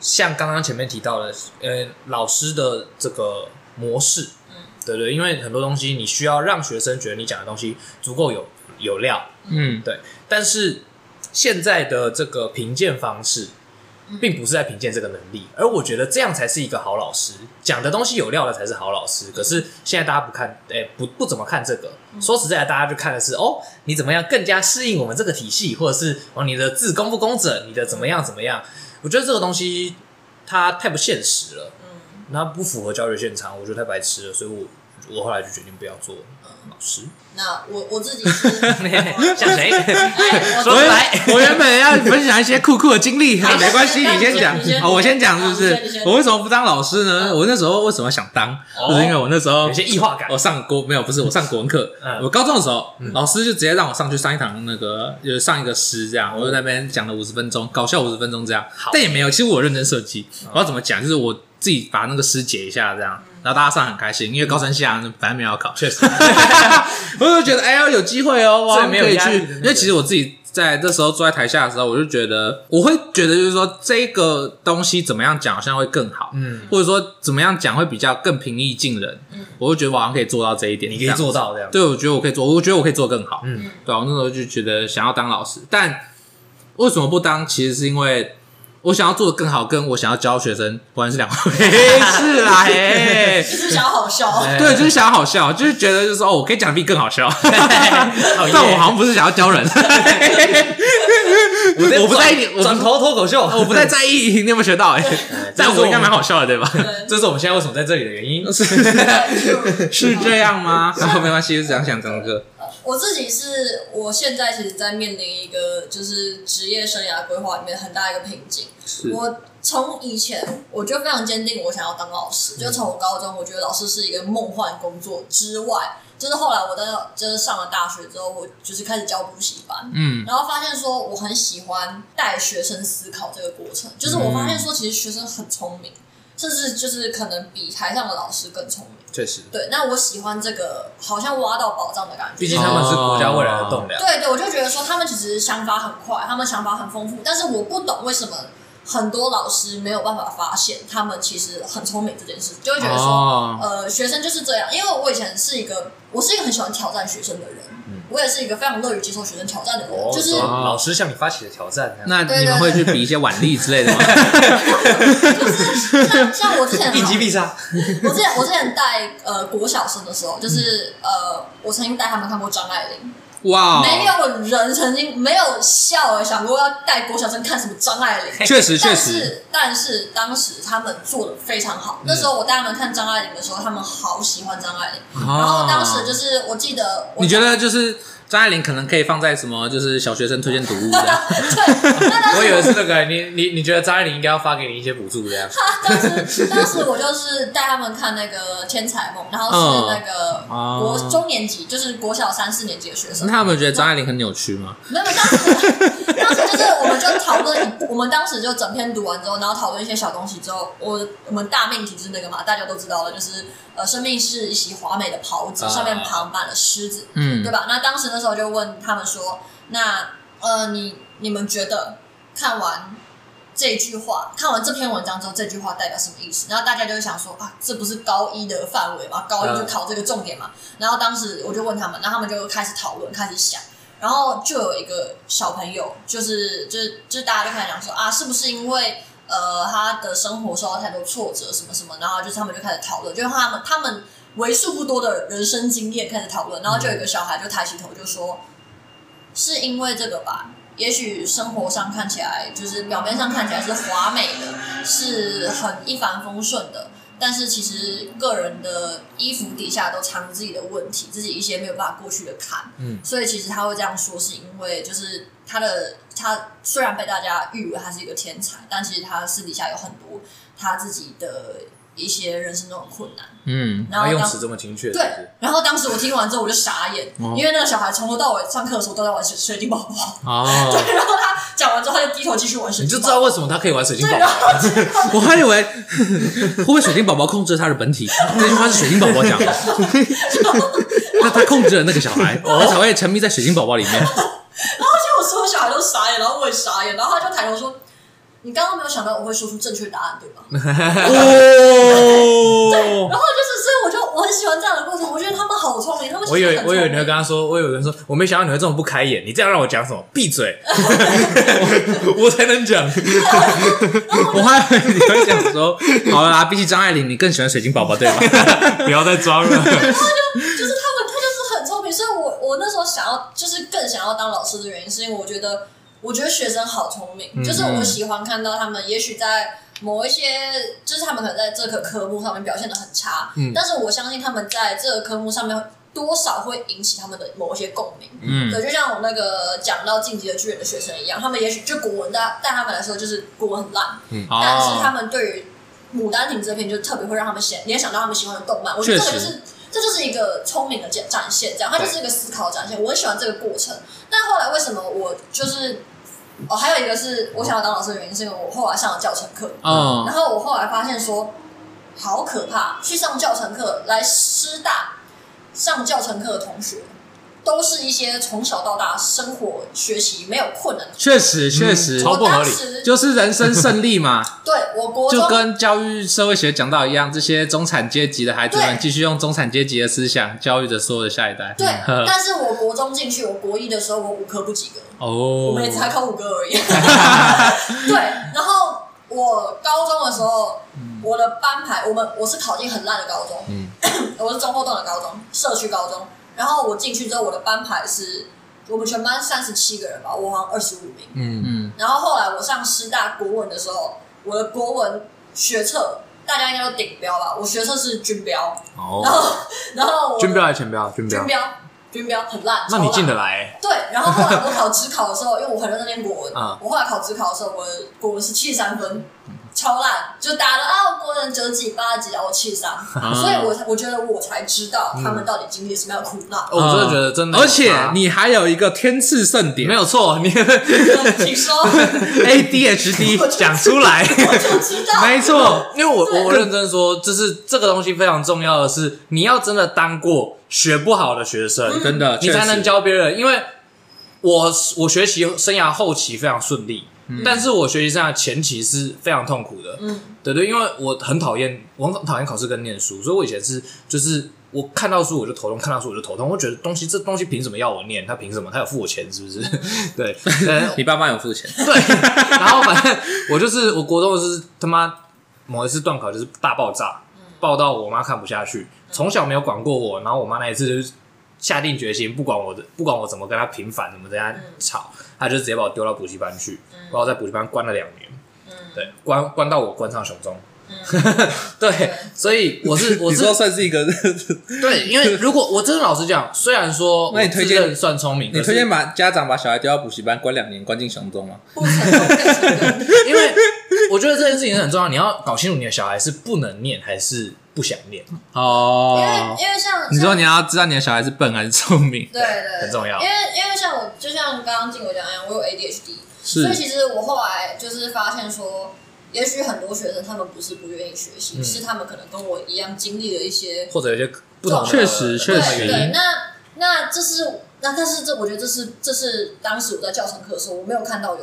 B: 像刚刚前面提到的，呃，老师的这个模式，
C: 嗯，
B: 对对，因为很多东西你需要让学生觉得你讲的东西足够有有料，
A: 嗯，
B: 对，但是现在的这个评鉴方式，并不是在评鉴这个能力，而我觉得这样才是一个好老师，讲的东西有料的才是好老师。可是现在大家不看，哎、不不怎么看这个。说实在的，大家就看的是哦，你怎么样更加适应我们这个体系，或者是哦你的字工不工整，你的怎么样怎么样。我觉得这个东西它太不现实了，
C: 嗯
B: 那不符合教育现场，我觉得太白痴了，所以我我后来就决定不要做老师。
C: 那我我自己
A: *laughs*
C: 是，
B: 像谁？ *laughs*
C: 哎，我
B: 说出
A: 我
B: 来
A: 原我原本要分享一些酷酷的经
B: *laughs*
A: 历，啊哈没关系，
C: 那
A: 你
C: 你
A: 先
C: 先
A: 讲
C: 你先
A: 哦，我先讲是不
C: 好你先你
A: 是
C: 先？
A: 我为什么不当老师呢？
C: 嗯
A: 我那时候为什么想当？
B: 哦
A: 就是因为我那时候
B: 有些异化感
A: 我。上国没有，不是我上国文课
B: 嗯。
A: 我高中的时候，老师就直接让我上去上一堂那个，就是上一个诗这样，我就在那边讲了五十分钟，搞笑五十分钟这样
B: 哦好，哦
A: 但也没有。其实我有认真设计，我要怎么讲，就是我自己把那个诗解一下这样，
B: 嗯
A: 然后大家上很开心，因为高三下反正没有要考，
B: 确实，
A: *laughs* 我就觉得哎呀有机会哦，哇
B: 所以没有
A: 可以
B: 压力
A: 去
B: 的那，
A: 因为其实我自己。在这时候坐在台下的时候，我就觉得，我会觉得就是说，这个东西怎么样讲好像会更好，
B: 嗯，
A: 或者说怎么样讲会比较更平易近人，
C: 嗯
A: 我就觉得我好像可以做到这一点。
B: 你可
A: 这
B: 以
A: 样
B: 做到这样。
A: 对，我觉得我可以做，我觉得我可以做更好。
B: 嗯
A: 对啊，我那时候就觉得想要当老师，但为什么不当？其实是因为我想要做的更好，跟我想要教学生完全是两回
B: *laughs*
A: 事啦。
B: 啊
A: 嘿
C: 你是不是想要好笑？
A: 对，就是想要好笑，就是觉得就是说哦，我可以讲得比更好笑，
B: 讨厌
A: 但我好像不是想要教人，
B: 在啊
A: 我不在意，我
B: 转
A: 不
B: 头脱口秀，
A: 我
B: *laughs*
A: 不太在意 *laughs* 你有没有学到哎、但我应该蛮好笑的对吧？
C: 对
B: 这是我们现在为什么在这里的原因。
C: 对
A: 是这样吗？好，没关系，就这样想整个。
C: 我自己是我现在其实，在面临一个就是职业生涯规划里面很大一个瓶颈。我从以前我就非常坚定，我想要当老师。就从我高中，我觉得老师是一个梦幻工作之外，就是后来我到就是上了大学之后，我就是开始教补习班，
A: 嗯
C: 然后发现说我很喜欢带学生思考这个过程，就是我发现说其实学生很聪明，甚至就是可能比台上的老师更聪明。
B: 确实，
C: 对，那我喜欢这个好像挖到宝藏的感觉。
B: 毕竟他们是国家未来的栋梁。
C: 对对，我就觉得说他们其实想法很快，他们想法很丰富，但是我不懂为什么很多老师没有办法发现他们其实很聪明这件事，就会觉得说，
A: 哦，
C: 呃，学生就是这样。因为我以前是一个，我是一个很喜欢挑战学生的人，
B: 嗯
C: 我也是一个非常乐于接受学生挑战的人，
B: 哦
C: 就是
B: 什么老师向你发起的挑战，
A: 那
C: 对
A: 你们
C: 对
A: 会去比一些腕力之类的吗？
C: 像 *laughs* 像我之前
B: 一击必杀。
C: 我之前我之前带呃国小生的时候，
A: 嗯
C: 就是呃，我曾经带他们看过张爱玲，
A: *laughs* 哇，哦
C: 没有人曾经没有笑而想过要带国小生看什么张爱玲。
A: 确实确
C: 但
A: 实，
C: 是，但是当时他们做的非常
A: 嗯
C: 好。那时候我带他们看张爱玲的时候，他们好喜欢张爱玲。然后当时就是，我记得
A: 哦
C: 我
A: 你觉
C: *laughs*
A: 得就是张爱玲可能可以放在什么就是小学生推荐读物这
C: *laughs*
A: 样？
B: *laughs* 我以为是那个，你你你觉得张爱玲应该要发给你一些补
C: *laughs*
B: 助这样？
C: 当时当时我就是带他们看那个《天才梦》，然后是那个
A: 嗯
C: 国
A: 哦
C: 中年级，就是国小三四年级的学生
A: 那。他们觉得张爱玲很扭曲吗？
C: 没有，当时当时就是我们就讨论一，我们当时就整篇读完之后，然后讨论一些小东西之后，我我们大命题是那个嘛，大家都知道了，就是呃，生命是一袭华美的袍子，
B: 啊
C: 上面旁满了狮子，
A: 嗯
C: 对，吧？那当时那时候就问他们说，那呃，你你们觉得看完这句话，看完这篇文章之后，这句话代表什么意思？然后大家就会想说啊，这不是高一的范围嘛，高一就考这个重点嘛。然后当时我就问他们，然后他们就开始讨论，开始想。然后就有一个小朋友，就是就是就是大家就开始讲说啊，是不是因为呃他的生活受到太多挫折什么什么，然后就是他们就开始讨论，就是他们他们为数不多的人生经验开始讨论，然后就有一个小孩就抬起头就说，是因为这个吧。也许生活上看起来就是表面上看起来是华美的，是很一帆风顺的，但是其实个人的衣服底下都藏着自己的问题，自己一些没有办法过去的坎。
B: 嗯，
C: 所以其实他会这样说，是因为就是他的他虽然被大家誉为他是一个天才，但其实他私底下有很多他自己的一些人生中的困难。
A: 嗯，
C: 然
B: 他
C: 后
B: 用
C: 当
B: 词这么精确，是不
C: 对
B: 是，
C: 然后当时我听完之后我就傻眼，
A: 哦
C: 因为那个小孩从头到尾上课的时候都在玩水水晶宝宝，
A: 哦，
C: 对，然后他讲完之 *laughs* 后他就低头继续玩水
B: 你就
C: 晶
B: 知
C: 宝宝
B: 道。为什么他可以玩水晶宝
C: 对，然
B: 宝。
A: *laughs* 我
C: 后
A: 还以为会不会水晶宝宝控制他的本体？ *laughs* 这句话是水晶宝宝 *laughs* 讲的，那他控制了那个小孩，他才会沉迷在水晶宝宝里面。
C: 我所有小孩都傻眼，然后我也傻眼，然后他就抬头说：“你刚刚没有想到我会说出正确答案，对吧？”
A: *laughs* 哦，
C: 然后就是，所以我就我很喜欢这样的过程，我觉得他们好聪明，他们
B: 我
C: 其
B: 以
C: 实
B: 为
C: 很聪
B: 我以
C: 明
B: 为你会跟他说，我以为人说，我没想到你会这么不开眼，你这样让我讲什么？闭嘴，我我才能讲。
A: 我还以为你会讲说， *laughs* 好了啦，比起张爱玲，你更喜欢水晶宝宝对 *laughs* 吧？
B: 不要再装 *laughs* 了。
C: 就是他们，他就是很聪明，所以我我那时候想要就是更想要当老
A: 嗯
C: 师的原因，是因为我觉得我觉得学生好聪明，就是我喜欢看到他们，也许在某一些，就是他们可能在这个科目上面表现的很差，
A: 嗯
C: 但是我相信他们在这个科目上面多少会引起他们的某一些共鸣。
A: 嗯
C: 对，就像我那个讲到《晋级的巨人》的学生一样，他们也许就国文的，但他们来说就是国文很烂，但是他
A: 哦，
C: 们对于《牡丹亭》这篇就特别会让他们想联想到他们喜欢的动漫。我觉得这
A: 确
C: 个
A: 实
C: 就是这就是一个聪明的展展现，这样它就是一个思考展现。我很喜欢这个过程。但后来为什么我就是哦，还有一个是我想要当老师的原因，是因为我后来上了教程课，
A: 嗯
C: 然后我后来发现说好可怕，去上教程课来师大上教程课的同学。都是一些从小到大生活学习没有困难的，
A: 确实确实，
B: 超不合理
C: 我当时
A: 就是人生胜利嘛。 *laughs*
C: 对我国中
A: 就跟教育社会学讲到一样，这些中产阶级的孩子们
C: 对
A: 继续用中产阶级的思想教育着所有的下一代。
C: 对，
B: *laughs*
A: 嗯
C: 但是我国中进去，我国一的时候我五科不及格，
A: *laughs* 哦，
C: 我们也才考五
B: *laughs*
C: 科而已。对，然后我高中的时候，
B: 嗯
C: 我的班牌，我们我是考进很烂的高中，
A: 嗯
C: *coughs* 我是中后段的高中，社区高中。然后我进去之后，我的班牌是我们全班三十七个人吧，我好像二十五名。
B: 嗯，
A: 嗯
C: 然后后来我上师大国文的时候，我的国文学测大家应该都顶标吧，我学测是军标，然
B: 哦，
C: 后然后我的
B: 军标还是全标？军标
C: 军，标军标很烂，
B: 啊那你
C: 超烂
B: 进得来？
C: 对，然后后来我考职考的时候，因为我很认真念国文，
B: 啊
C: 我后来考职考的时候，我的国文是七十三分，超烂，就打了啊，我国人九几八几，然后我七十三，*laughs*
B: 啊
C: 所以我才我觉得我才知道他们到底经历了什么样的苦难。
B: 嗯哦我真的觉得真的
A: 嗯
B: 有
A: 而
B: 差，
A: 且你还有一个天赐盛典，
B: 没有
A: *laughs*
B: 错，你
C: 请说， *laughs* 我
A: ADHD
C: 就
A: 讲出来，
C: 我就知
B: *laughs*
C: 道，
A: 没错，
B: 因为我我我认真说，就是这个东西非常重要的是，你要真的当过学不好的学生，
A: 真的，
B: 你
A: 确
B: 才
A: 实
B: 能。教别人。因为我我学习生涯后期非常顺利，但是我学习生涯前期是非常痛苦的。
C: 嗯，
B: 对对，因为我很讨厌，我很讨厌考试跟念书，所以我以前是就是我看到书我就头痛，看到书我就头痛，我觉得东西这东西凭什么要我念？他凭什么？他有付我钱是不 *laughs* 是？对，呃
A: 你爸妈有付钱，
B: 对， *laughs* 然后反正我就是我国中就是他妈某一次断考就是大爆炸，爆到我妈看不下去，从小没有管过我，然后我妈那一次就是下定决心，不管我的不管我怎么跟她平反，怎么跟她吵，她就直接把我丢到补习班去，把我在补习班关了两年，对，关关到我关上熊中。 *laughs* 对，所以我是我
A: 你
B: 是
A: 说算是一个，
B: 对，因为如果我真的老实讲，虽然说
A: 那你
B: 我
A: 推
B: 自
A: 荐
B: 认算聪明，
A: *laughs* 你
B: 可是
A: 推荐把家长把小孩丢到补习班关两年，关进熊中吗？
C: 不成
B: *laughs*
C: 功不成功，
B: 因为我觉得这件事情很重要，你要搞清楚你的小孩是不能念还是不想念，
C: 因为
A: 哦，
C: 因为像
A: 你说
C: 像
A: 你要知道你的小孩是笨还是聪明，
C: 对对
B: 很重要
C: 因为因为像我就像刚刚静伟讲一样，我有 ADHD，所以
A: 是
C: 其实我后来就是发现说，也许很多学生他们不是不愿意学
A: 嗯
C: 习，是他们可能跟我一样经历了一些
B: 或者有些不同的
A: 啊确实确实
C: 对对，那那这是那但是这我觉得这是这是当时我在教程课的时候，我没有看到有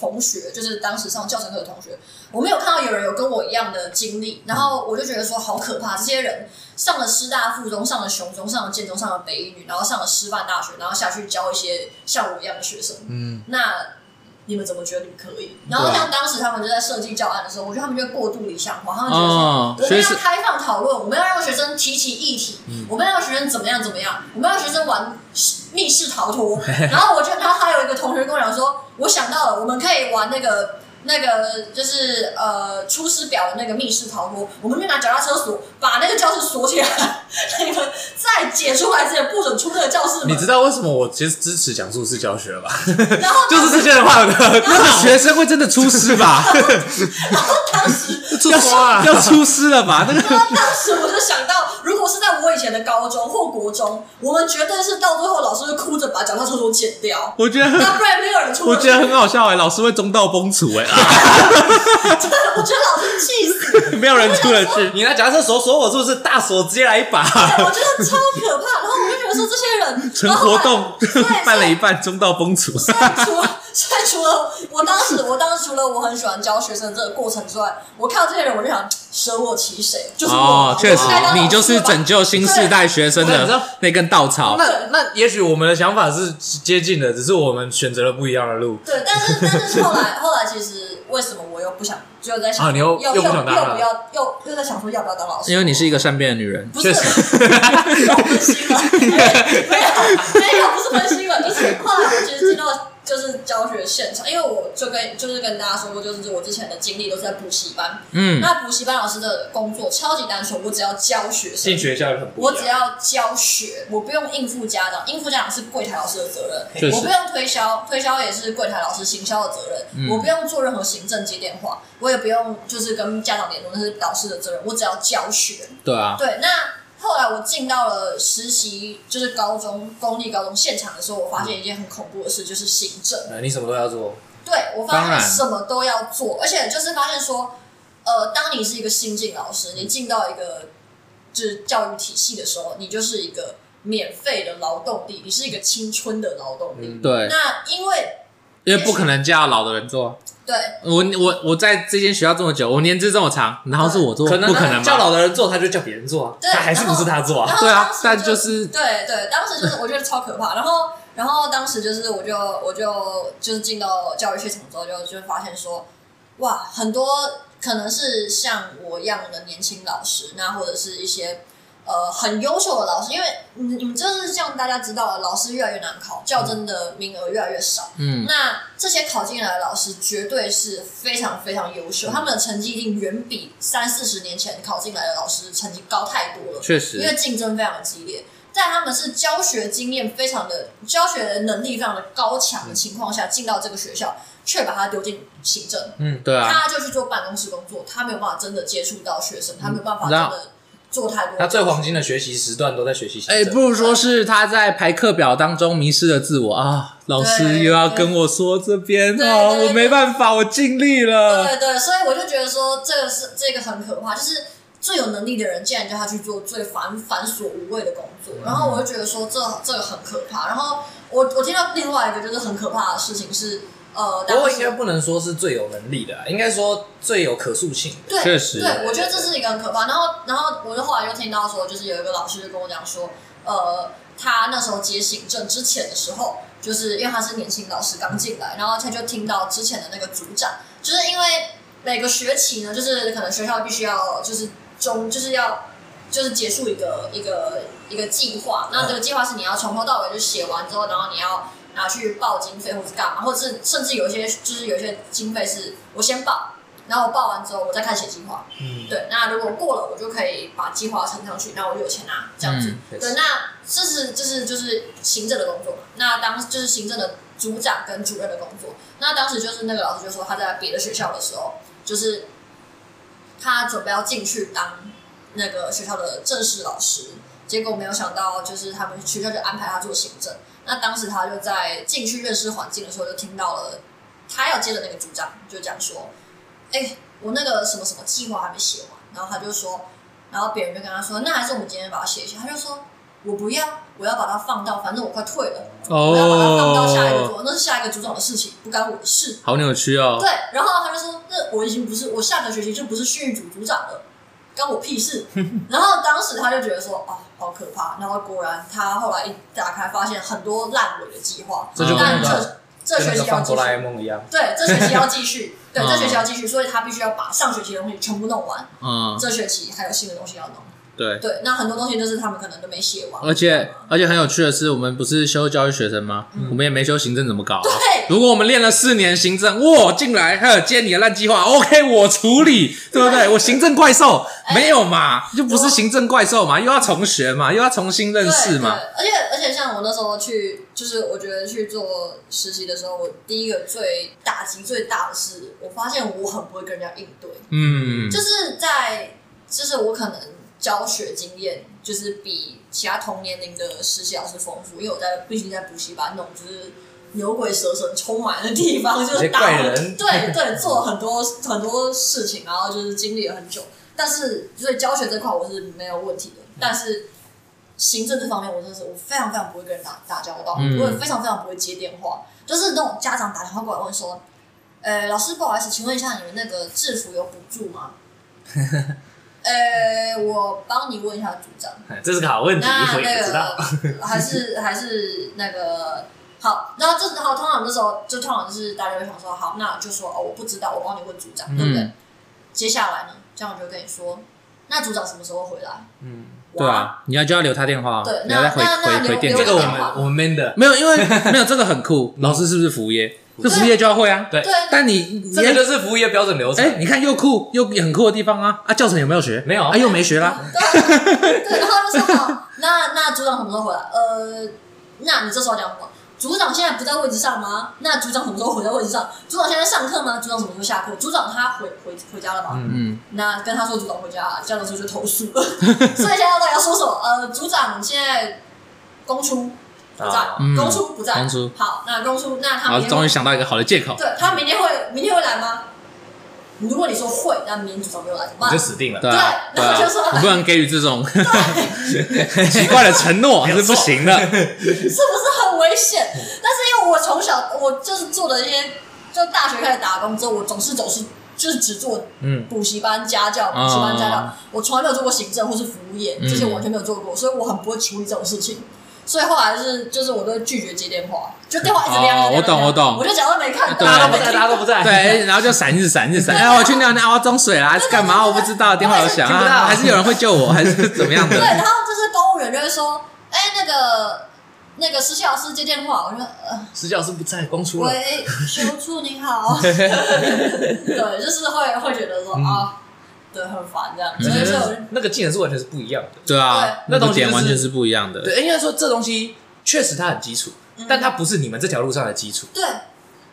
C: 同学，就是当时上教程课的同学，我没有看到有人有跟我一样的经历，然后我就觉得说好可怕，这些人上了师大附中，上了雄中，上了建中，上了北一女，然后上了师范大学，然后下去教一些像我一样的学生，
B: 嗯，
C: 那。你们怎么觉得你们可以？然后
B: 对啊
C: 像当时他们就在设计教案的时候，我觉得他们就过度理想化，他们觉得说
B: 嗯
A: 哦，
C: 我
A: 所
C: 们
A: 以
C: 要
A: 是
C: 开放讨论，我们要让学生提起议题，
B: 嗯
C: 我们要让学生怎么样怎么样，我们要让学生玩密室逃
B: *laughs*
C: 脱。然后我就，然后还有一个同学跟我讲说，我想到了，我们可以玩那个那个就是呃出师表的那个密室逃脱，我们就拿脚踏车锁把那个教室锁起来，你们在解出来之前不准出那个教室门。
B: 你知道为什么我其实支持讲述式教学吧？
C: 然后
B: 就是这些人话有的
A: *laughs* 学生会真的出师吧？
B: 就说啊，
A: *laughs* 要出师了吧？那个
C: *laughs* 当时我就想到，如果是在我以前的高中或国中，我们绝对是到最后老师会哭着把脚踏车锁剪掉。
A: 我觉得很
C: 那不然没有人出门。
A: 我觉得很好笑哎、老师会中道崩殂哎、啊，
C: *laughs* 我觉得老师气
A: *laughs*
C: 死，
A: 没有人出得去。
B: 你拿假设手锁我是不是大锁直接来一
A: *laughs*
B: 把？
C: 我觉得超可怕。然后我就觉得说这些人，
A: 纯活动 *laughs*
C: 然后后来
A: 办了一半，中道崩殂。
C: 所以除了，所以除了我当时，我当时除了我很喜欢教学生这个过程之外，我看到这些人，我就想舍我其谁，就是我啊，
A: 哦，确实
C: 我该当老，师
A: 你就是
C: 吧
A: 拯救新世代学生
B: 对我跟你
A: 的
B: 说
A: 那根稻草。
B: *laughs* 那那也许我们的想法是接近的，只是我们选择了不一样的路。
C: 对，但是但是后来后来，其实为什么我又不想，就在想，
B: 啊你又
C: 又
B: 又不
C: 又
B: 想当
C: 又
B: 了
C: 不要又又在想说要不要当老师，
A: 因为你是一个善变的女人，
C: 不是， *laughs* 我分心了，没有没有，不是分心了，就是后来我就是进到就就是教学现场，因为我就跟就是跟大家说过，就是我之前的经历都是在补习班。
A: 嗯，
C: 那补习班老师的工作超级单纯，我只要教学生
B: 进，学校就很不
C: 我
B: 一
C: 只
B: 样。
C: 要教学，我不用应付家长，应付家长是柜台老师的责
A: 确
C: 任，
A: 实
C: 我不用推销，推销也是柜台老师行销的责任，
A: 嗯
C: 我不用做任何行政接电话，我也不用就是跟家长联络，那是老师的责任，我只要教学。
A: 对啊，
C: 对，那后来我进到了实习，就是高中公立高中现场的时候，我发现一件很恐怖的事，就是行政。
B: 呃你什么都要做，
C: 对我
A: 当
C: 发
A: 然
C: 现什么都要做，而且就是发现说，呃，当你是一个新进老师，你进到一个就是教育体系的时候，你就是一个免费的劳动力，你是一个青春的劳动力。
B: 嗯，
A: 对，啊
C: 那因为
A: 因为不可能叫老的人做。
C: 对
A: 我我我在这间学校这么久，我年资这么长，然后是我做，
B: 可能
A: 不可能
B: 他叫
A: 吧？
B: 老的人做，他就叫别人做啊，
C: 对
B: 他还是
C: 然后
B: 不是他做
C: 然
B: 啊？ *laughs*
C: 后
A: 对啊
C: 当时，
A: 但就是
C: 对对，当时就是我觉得超可怕。然后，然后当时就是我就我就就是进到教育系统之后就，就发现说，哇，很多可能是像我一样的年轻老师，那或者是一些呃很优秀的老师，因为你你们就是像大家知道的，老师越来越难考，较真的名额越来越少。
A: 嗯，
C: 那这些考进来的老师绝对是非常非常优秀，他们的成绩一定远比三四十年前考进来的老师成绩高太多了。
A: 确
C: 因
A: 实
C: 为竞争非常激烈。在他们是教学经验非常的、教学能力非常的高强的情况下，进到这个学校，却把他丢进行政，
A: 对啊，
C: 他就去做办公室工作，他没有办法真的接触到学生，他没有办法
A: 嗯那
C: 真的做太多。
B: 他最黄金的学习时段都在学习行
A: 哎，
B: 政。
A: 不如说是他在排课表当中迷失了自我啊！老师又要跟我说这边
C: 对
A: 哦，
C: 对对
A: 我没办法，我尽力了。
C: 对对，所以我就觉得说，这个是这个很可怕，就是最有能力的人竟然叫他去做最繁繁琐无味的工作，
B: 嗯
C: 然后我就觉得说这这个很可怕。然后我我听到另外一个就是很可怕的事情是，呃，
B: 不过
C: 当时
B: 应该不能说是最有能力的啊，应该说最有可塑性的。
C: 对，
A: 确实
C: 对我觉得这是一个很可怕。然后，然后我就后来又听到说，就是有一个老师就跟我讲说，呃，他那时候接行政之前的时候，就是因为他是年轻老师刚进来，然后他就听到之前的那个组长，就是因为每个学期呢，就是可能学校必须要就是中就是要就是结束一个一个一个计划，那这个计划是你要从头到尾就写完之后，然后你要拿去报经费或是干嘛，或者是甚至有一些就是有一些经费是我先报，然后我报完之后我再开始写计划，
B: 嗯，
C: 对，那如果过了，我就可以把计划呈上去，那我就有钱拿这样子。
A: 嗯
B: 确实
C: 对，那这是就是就是行政的工作嘛。那当就是行政的组长跟主任的工作。那当时就是那个老师就说他在别的学校的时候，就是他准备要进去当那个学校的正式老师，结果没有想到就是他们学校就安排他做行政。那当时他就在进去认识环境的时候，就听到了他要接的那个组长就讲说：“哎、我那个什么什么计划还没写完。”然后他就说，然后别人就跟他说：“那还是我们今天把它写一下。”他就说：“我不要，我要把它放到，反正我快退了，我要把它放到下一个
A: 哦，
C: 组，那是下一个组长的事情，不干我的事。”
A: *laughs* 好扭曲哦。
C: 对，然后他就说：“那我已经不是我下个学期就不是训育组组长了，关我屁
B: *laughs*
C: 事。”然后当时他就觉得说：“啊，好可怕。”然后果然他后来一打开，发现很多烂尾的计划，
B: 这
A: 就跟
C: 但
B: 那个
C: 这这
B: 跟
C: 学
B: 那个
C: 期要
B: 放
C: 继
B: 哆啦 A
C: 续，
B: 梦一样，
C: 对，这学期要继
B: *laughs*
C: 续，对，
A: 嗯
C: 这学期要继续，所以他必须要把上学期的东西全部弄完，
A: 嗯，
C: 这学期还有新的东西要弄。
A: 对。
C: 对，那很多东西都是他们可能都没写完，
A: 而且而且很有趣的是，我们不是修教育学生吗？我们也没修行政，怎么搞啊？
C: 对
A: 如果我们练了四年行政，哇，进来还有接你的烂计划，OK，我处理，对不对？我行政怪兽没有嘛，就不是行政怪兽嘛，又要重学嘛，又要重新认识嘛。
C: 对对，而且而且像我那时候去，就是我觉得去做实习的时候，我第一个最打击最大的是，我发现我很不会跟人家应对，
A: 嗯，
C: 就是在就是我可能教学经验就是比其他同年龄的实习老师丰富，因为我在毕竟在补习班那种就是。牛鬼蛇神充满的地方，就是打
B: 怪
C: *laughs*
B: 人
C: 对对，做了很多很多事情，然后就是经历了很久。但是，所以教学这块我是没有问题的，
B: 嗯
C: 但是行政这方面，我真的是我非常非常不会跟人打打交道，
A: 嗯
C: 我也非常非常不会接电话，就是那种家长打电话过来问说，呃，老师不好意思，请问一下你们那个制服有补助
B: *laughs*
C: 吗？呃，我帮你问一下组长，
B: 哎这是个
A: *laughs*
B: 好问题，
C: 那
B: 我也不知道。
C: 那个还是还是那个好，然后这好，通常这时候就通常就是大家会想说，好，那就说哦，我不知道，我帮你问组长，对不对？
A: 嗯
C: 接下来呢，这样我就跟你说，那组长什么时候回来？
B: 嗯，
A: 对啊，你要就要留他电话，
C: 对
A: 你要再回
C: 那那
A: 回
C: 那
A: 回电
C: 留
B: 这
A: 话
C: 留。
B: 个我
C: 电
B: 们
C: 话
B: 我们 man 的，
A: 没有，因为 *laughs* 没有这个很酷。老师是不是服务业？这服务业就要会啊。
B: 对
C: 对，
A: 但你你
B: 这个就是服务业标准流程。
A: 哎，你看又酷又很酷的地方啊啊！教程有没有学？
B: 没有
A: 啊，又没学啦。
C: 对，对，然后就说好，那那组长什么时候回来？呃，那你这时候讲什么？组长现在不在位置上吗？那组长什么时候回到位置上？组长现在上课吗？组长什么时候下课？组长他回回回家了吧？
A: 嗯，
C: 那跟他说组长回家，这样的时候就投诉了。 *laughs* 所以现在到底要说什么？呃，组长现在公出不在
B: 啊，
A: 嗯
C: 公出不在，
A: 公出
C: 好，那公出，那他
A: 好，
C: 明天
A: 终于想到一个好的借口。
C: 对他明天会明天会来吗？如果你说会，那明天组长没有来怎么
B: 你
C: 办
B: 就？死定了。
A: 对啊，
C: 对
A: 对
C: 然
A: 啊
C: 后就说，
A: 我不能给予这种 *laughs* 奇怪的承诺是不行的。
C: 是不是很危险？但是因为我从小我就是做的一些，就大学开始打工之后，我总是总是就是只做
B: 嗯，
C: 补习班家教、补习班家教，
A: 嗯
C: 我从来没有做过行政或是服务业，
A: 嗯
C: 这些我完全没有做过，所以我很不会处理这种事情。所以后来就是就是我都会拒绝接电话，就电话一直亮。
A: 哦
C: 一
A: 我懂
C: 直亮一直亮
A: 我懂
C: 我就假装没看到，
A: 对
B: 大家都不
C: 没
B: 在，
C: 听
B: 大家都不
A: *laughs*
B: 在。*laughs*
A: 对，然后就闪日闪日闪，哎，我去尿尿，我要装水啦，还是干嘛？我不知道，电话有响
B: 听不
A: 啊，
B: 到
A: 还是有人会救我，还
B: *laughs*
A: 是怎么样
C: 对，
A: 的？
C: 然后就是公务员就会说，哎、那个那个实习老师接电话，我就呃。
B: 石教师不在，光出了。
C: 喂，修处
A: *laughs*
C: 您好。对，就是会会觉得
A: 嗯
C: 说、啊，对，很烦这样，所以所以我就。
B: 那个技能是完全是不一样的。
A: 对啊
C: 对，
A: 那
B: 那
A: 个
B: 东西就
A: 点
B: 是
A: 完全是不一样的。
B: 对，应该说这东西确实它很基础，但它不是你们这条路上的基础。
C: 对，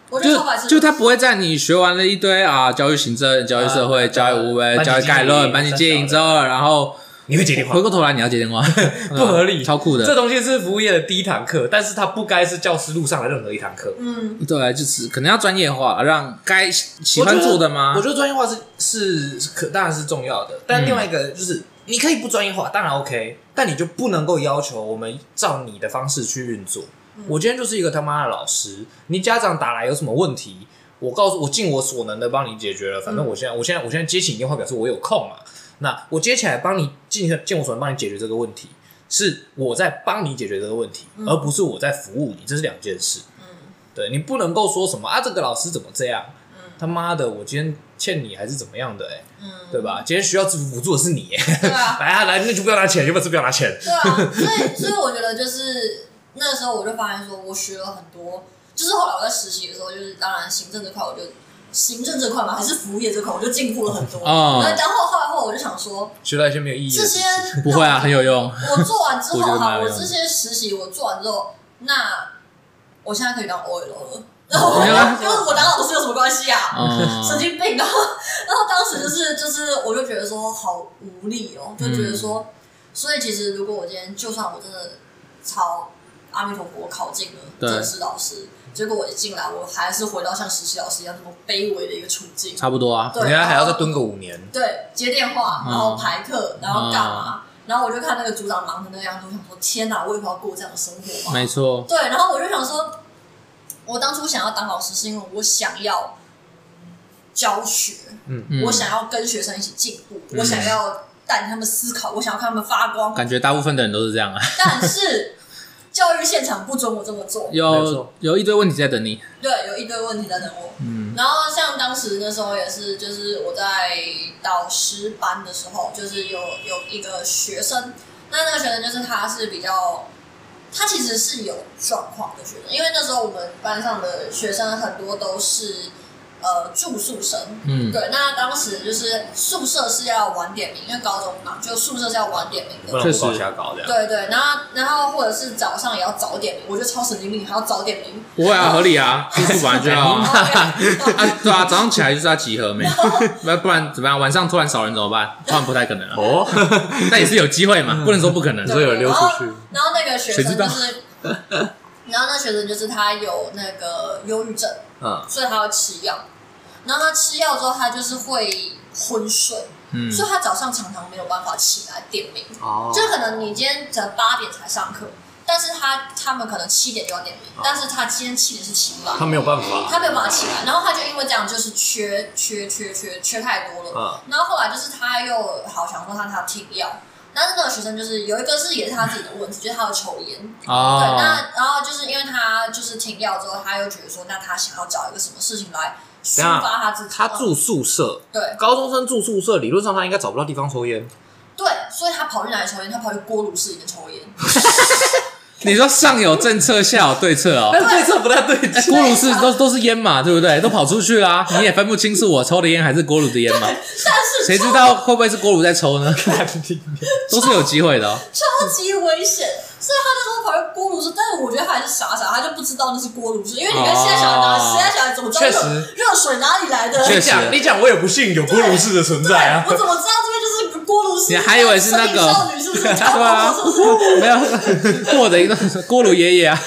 C: 我觉得超白痴
A: 就就他不会在你学完了一堆啊教育行政、教育社会、
B: 啊
A: 教育无为、
B: 班级
A: 教育概论、
B: 经营
A: 班级经营之后，然后
B: 你会接电话
A: 回，过头来你要接电话，
B: *laughs* 不合
A: 嗯 *laughs*
B: 理，
A: 超酷
B: 这
A: 的。
B: 东西是服务业的第一堂课，但是它不该是教师路上的任何一堂课。
C: 嗯，
A: 对，就是可能要专业化，让该喜欢做的吗嗯
B: 我？觉得专业化是是可当然是重要的，但另外一个就是、你可以不专业化，当然 OK，但你就不能够要求我们照你的方式去运作。我今天就是一个他妈的老师，你家长打来有什么问题，我告诉我尽我所能的帮你解决了。反正我现在我现在我现在接起你电话表示我有空嘛，那我接起来帮你尽尽我所能帮你解决这个问题，是我在帮你解决这个问题，而不是我在服务你，这是两件事。
C: 嗯
B: 对你不能够说什么啊，这个老师怎么这样？他妈的，我今天欠你还是怎么样的、欸？
C: 嗯
B: 对吧？今天需要支付辅助的是你、欸，
C: 对啊，
B: 来啊来，那就不要拿钱，要不要不要拿钱？
C: 对啊，所以所以我觉得就是那时候我就发现说，我学了很多，就是后来我在实习的时候，就是当然行政这块我就行政这块嘛，还是服务业这块，我就进步了很多。
A: 哦
C: 然后后来后来我就想说，
B: 学到一些没有意义
C: 这
B: 的事
C: 些
B: 情。
A: 不会啊，很有
B: *laughs*
A: 用。
C: 我做完之
A: 我觉
C: 后
A: 得蛮
C: 哈，
A: 有
C: 我
A: 用的
C: 这些实习我做完之后，那我现在可以当 OL 了。然后
A: 没有
C: *laughs*
A: 啊
C: 跟我当老师有什么关系啊？
A: 嗯
C: 神经病啊！ *laughs* 然后当时就是就是，我就觉得说好无力哦，就
A: 嗯
C: 觉得说，所以其实如果我今天就算我真的朝阿弥陀佛考进了
A: 对
C: 正式老师，结果我一进来，我还是回到像实习老师一样那么卑微的一个处境。
A: 差不多啊。
C: 对，
B: 人家还要再
C: 然后
B: 蹲个五年，
C: 对，接电话，
A: 嗯
C: 然后排课，然后干嘛？然后我就看那个组长忙成那样子，我想说天哪，我以后要过这样的生活吗？
A: 没错，
C: 对，然后我就想说，我当初想要当老师是因为我想要教学，
A: 嗯
C: 我想要跟学生一起进步，我想要带他们思考，我想要看他们发光，
A: 感觉大部分的人都是这样啊，
C: 但是教育现场不准我这么做，
B: 没
A: 有
B: 错
A: 有一堆问题在等你。
C: 对，有一堆问题在等我。
A: 嗯
C: 然后像当时那时候也是，就是我在导师班的时候，就是有有一个学生，那那个学生就是他是比较，他其实是有状况的学生，因为那时候我们班上的学生很多都是呃住宿生，
A: 嗯，
C: 对，那当时就是宿舍是要晚点名，因为高中嘛，就宿舍是要晚点名的
B: 不，
A: 嗯
B: 能胡搞瞎搞这样。
C: 对对，然后然后或者是早上也要早点名，我觉得超神经病，还要早点名，
A: 不会啊，合理啊，住宿本来就要
C: 然
B: *laughs*
A: 啊。
C: 后要
A: *laughs* 啊，对啊，早上起来就是要集合没？不不然怎么样？晚上突然少人怎么办？当然不太可能啊，
B: 哦，
A: *laughs* 但也是有机会嘛，不能说不可能。
B: 所以有溜出去
C: 然后。然后那个学
A: 谁
C: 生
A: 知道
C: 就是， *laughs* 然后那学生就是他有那个忧郁症，
B: 嗯，
C: 所以他要吃药。然后他吃药之后，他就是会昏睡，
A: 嗯
C: 所以他早上常常没有办法起来点名。
B: 哦
C: 就可能你今天才八点才上课，但是他他们可能七点就要点
B: 哦
C: 名，但是他今天七点是起不来，
B: 他没有办法，
C: 他没有办法起来，然后他就因为这样就是缺缺缺缺缺太多了。
B: 嗯
C: 然后后来就是他又好想说他他停药，但是那个学生就是有一个是也是他自己的问题，就是他有抽烟。
B: 嗯
C: 对，
A: 哦，
C: 那然后就是因为他就是停药之后，他又觉得说，那他想要找一个什么事情来抒
B: 等一下
C: 发他自己。
B: 他住宿舍，
C: 对
B: 高中生住宿舍，理论上他应该找不到地方抽烟。
C: 所以他跑去哪里抽烟？他跑去锅炉室里面抽
B: *laughs*
C: 烟。
A: 你说上有政策，下有对
C: *laughs*
A: 策哦。
B: 但对策不太对
A: 哎
B: 劲。
A: 锅炉是都都是烟嘛，对不对？都跑出去啦，你也分不清是我抽的烟还是锅炉的烟嘛。
C: 但是
A: 谁知道会不会是锅炉在抽
C: *laughs*
A: 呢？都是有机会的哦。
C: 超级危险，所以他那时候跑去锅炉室，但是我觉得他还是傻傻，他就不知道那是锅炉室，因为你跟现在小孩拿，
A: 哦
C: 现在小孩怎么知道
B: 确
C: 热
B: 实
C: 热水哪里来的？
A: 确
B: 你
A: 实
B: 讲你讲，我也不信有锅炉式的存
C: 对
B: 在啊，
C: 我。怎么知道这边就是锅炉室？
A: 你还以为是那个
C: 神隐少女是不是？对
A: 对
C: *laughs*
A: 啊，没有 *laughs* 过的一个锅炉爷爷啊，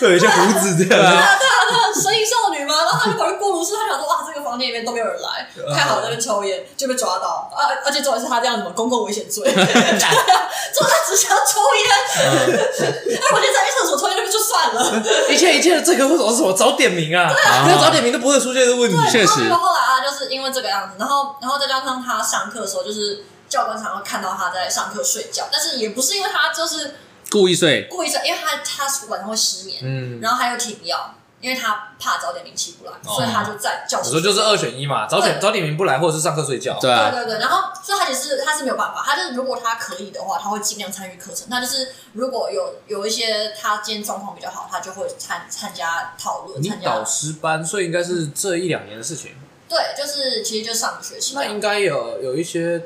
B: 对，像 *laughs* 胡子这样。
C: 啊，对啊，对啊，神隐少女嘛，然后他就跑去锅炉室，他想说哇，这个房间里面都没有人来，太好了，在那边抽烟就被抓到啊，而且重点是他这样什么公共危险罪，对啊，就他只想抽烟，哎，我觉得在厕所抽烟那边就算了，
B: 一切一切的这个为什么是我早点名啊？
A: 啊
B: 没有早点名都不会出现这个问题。 *laughs*
A: 确实
C: 然后结果后来啊，就是因为这个样子，然后然后再加上他上课的时候，就是教官常常看到他在上课睡觉，但是也不是因为他就是
A: 故意睡。
C: 故意睡，因为他他晚上会失眠，
B: 嗯，
C: 然后他又停药，哦因为他怕早点名起不来，所以他就在教
B: 我
C: 室。
B: 说就是二选一嘛，早点
C: 对
B: 早点名不来，或者是上课睡觉。
A: 对
C: 对
A: 啊，
C: 对对，然后所以他也是他是没有办法，他就是如果他可以的话，他会尽量参与课程。他就是如果有有一些他今天状况比较好，他就会参参加讨论，
B: 你
C: 参加
B: 导师班，所以应该是这一两年的事情。
C: 对，啊就是其实就上个学期吧
B: 那应该有有一些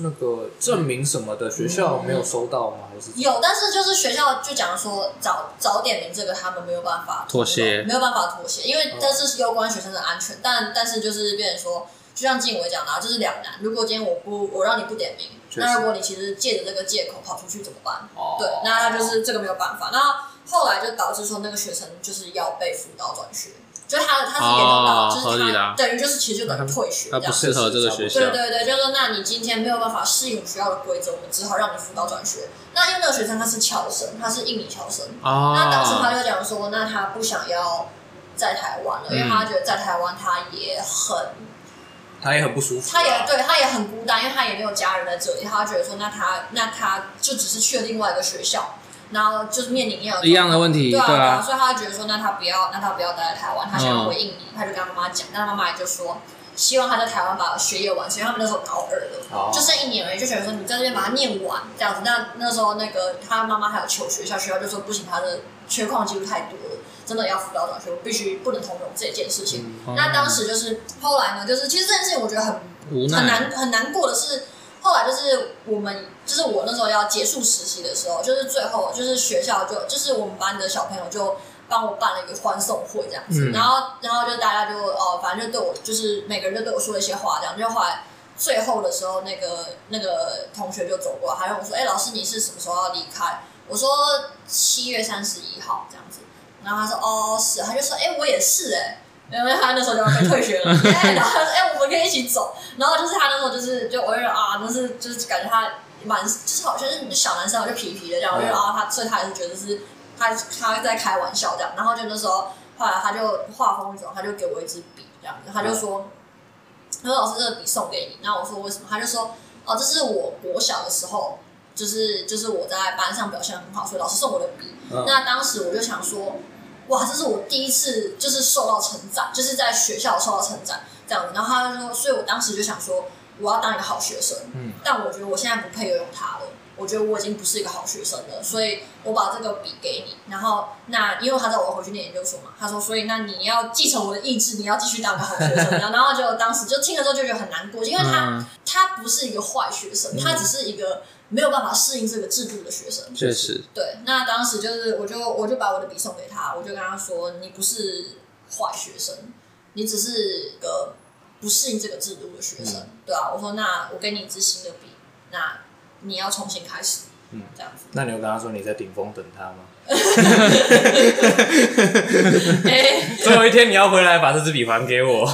B: 那个证明什么的，学校没有收到吗？还是
C: 有，但是就是学校就讲说早早点名这个他们没有办法
A: 妥协哦
C: 没有办法妥协，因为这是攸关学生的安全。但但是就是变成说，就像静伟讲的、啊，就是两难。如果今天我不我让你不点名，
B: 确实
C: 那如果你其实借着这个借口跑出去怎么办？
B: 哦
C: 对，那他就是这个没有办法。那后来就导致说那个学生就是要被辅导转学，就是他的他是严重到、
A: 哦合
C: 就是
A: 理的
C: 他
A: 啊
C: 等于就是其实就
B: 那他
C: 等于退学这
A: 他不
C: 样。
A: 适合这个学校
C: 对。对对，就是说那你今天没有办法适应学校的规则，我们只好让你辅导转学。那因为那个学生他是侨生，他是印尼侨生，那当时他
A: 哦，
C: 就讲说，那他不想要在台湾了，因为他觉得在台湾他也很，
B: 他也很不舒服啊。
C: 他也对他也很孤单，因为他也没有家人在这里，他觉得说，那他那他就只是去了另外一个学校，然后就是面临一样的
A: 一样的问题，
C: 对
A: 对
C: 啊，对啊，
A: 啊，
C: 所以他就觉得说，那他不要，那他不要待在台湾，他想要
A: 嗯
C: 回印尼，他就跟他妈妈讲，但他妈妈也就说，希望他在台湾把学业完成，因为他们那时候高二了，
B: 哦
C: 就剩一年而已，就觉得说你在这边把它念完这样子。那那时候那个他妈妈还有求学校，学校就说不行，他的缺旷记录太多了，真的要辅导转学，我必须不能同容这件事情。
B: 嗯
C: 那当时就是后来呢，就是其实这件事情我觉得很
A: 哦无
C: 很
A: 奈
C: 难很难过的是，后来就是我们就是我那时候要结束实习的时候，就是最后就是学校就就是我们班的小朋友就帮我办了一个欢送会这样子，
A: 嗯
C: 然后然后就大家就呃反正就对我就是每个人就对我说了一些话这样，就后来。最后的时候，那个那个同学就走过来，还问我说：“哎、老师，你是什么时候要离开？”我说：“七月三十一号这样子。”然后他说：“哦，是。”他就说：“哎、我也是哎、因为他那时候就要被退学了，哎然后他说：“哎、我们可以一起走。”然后就是他那时候就是就我就觉得啊，那是就是感觉他蛮就是好像是小男生，我就皮皮的这样，我就觉得啊，他所以他也是觉得是他他在开玩笑这样。然后就那时候后来他就话锋一转，他就给我一支笔这样子，他就说。他说：“老师，这个笔送给你。”然后我说：“为什么？”他就说：“哦，这是我国小的时候，就是就是我在班上表现得很好，所以老师送我的笔。
B: 嗯
C: 那当时我就想说，哇，这是我第一次就是受到称赞，就是在学校受到称赞这样子。然后他就说，所以我当时就想说，我要当一个好学生。
B: 嗯，
C: 但我觉得我现在不配拥有它了。我觉得我已经不是一个好学生了，所以我把这个笔给你。然后，那因为他在我回去念研究所嘛，他说，所以那你要继承我的意志，你要继续当个好学生。然后，然后就当时就听了之后就觉得很难过，因为他、
A: 嗯
C: 他不是一个坏学生，他只是一个没有办法适应这个制度的学生。
A: 确实，
C: 对，那当时就是我就我就把我的笔送给他，我就跟他说，你不是坏学生，你只是个不适应这个制度的学生，对啊，我说那我给你一支新的笔，那你要重新开始，
B: 嗯，
C: 这样子。 *laughs*
B: 那你有跟他说你在顶峰等他吗？
C: 哎，
B: 总有一天你要回来把这支笔还给我。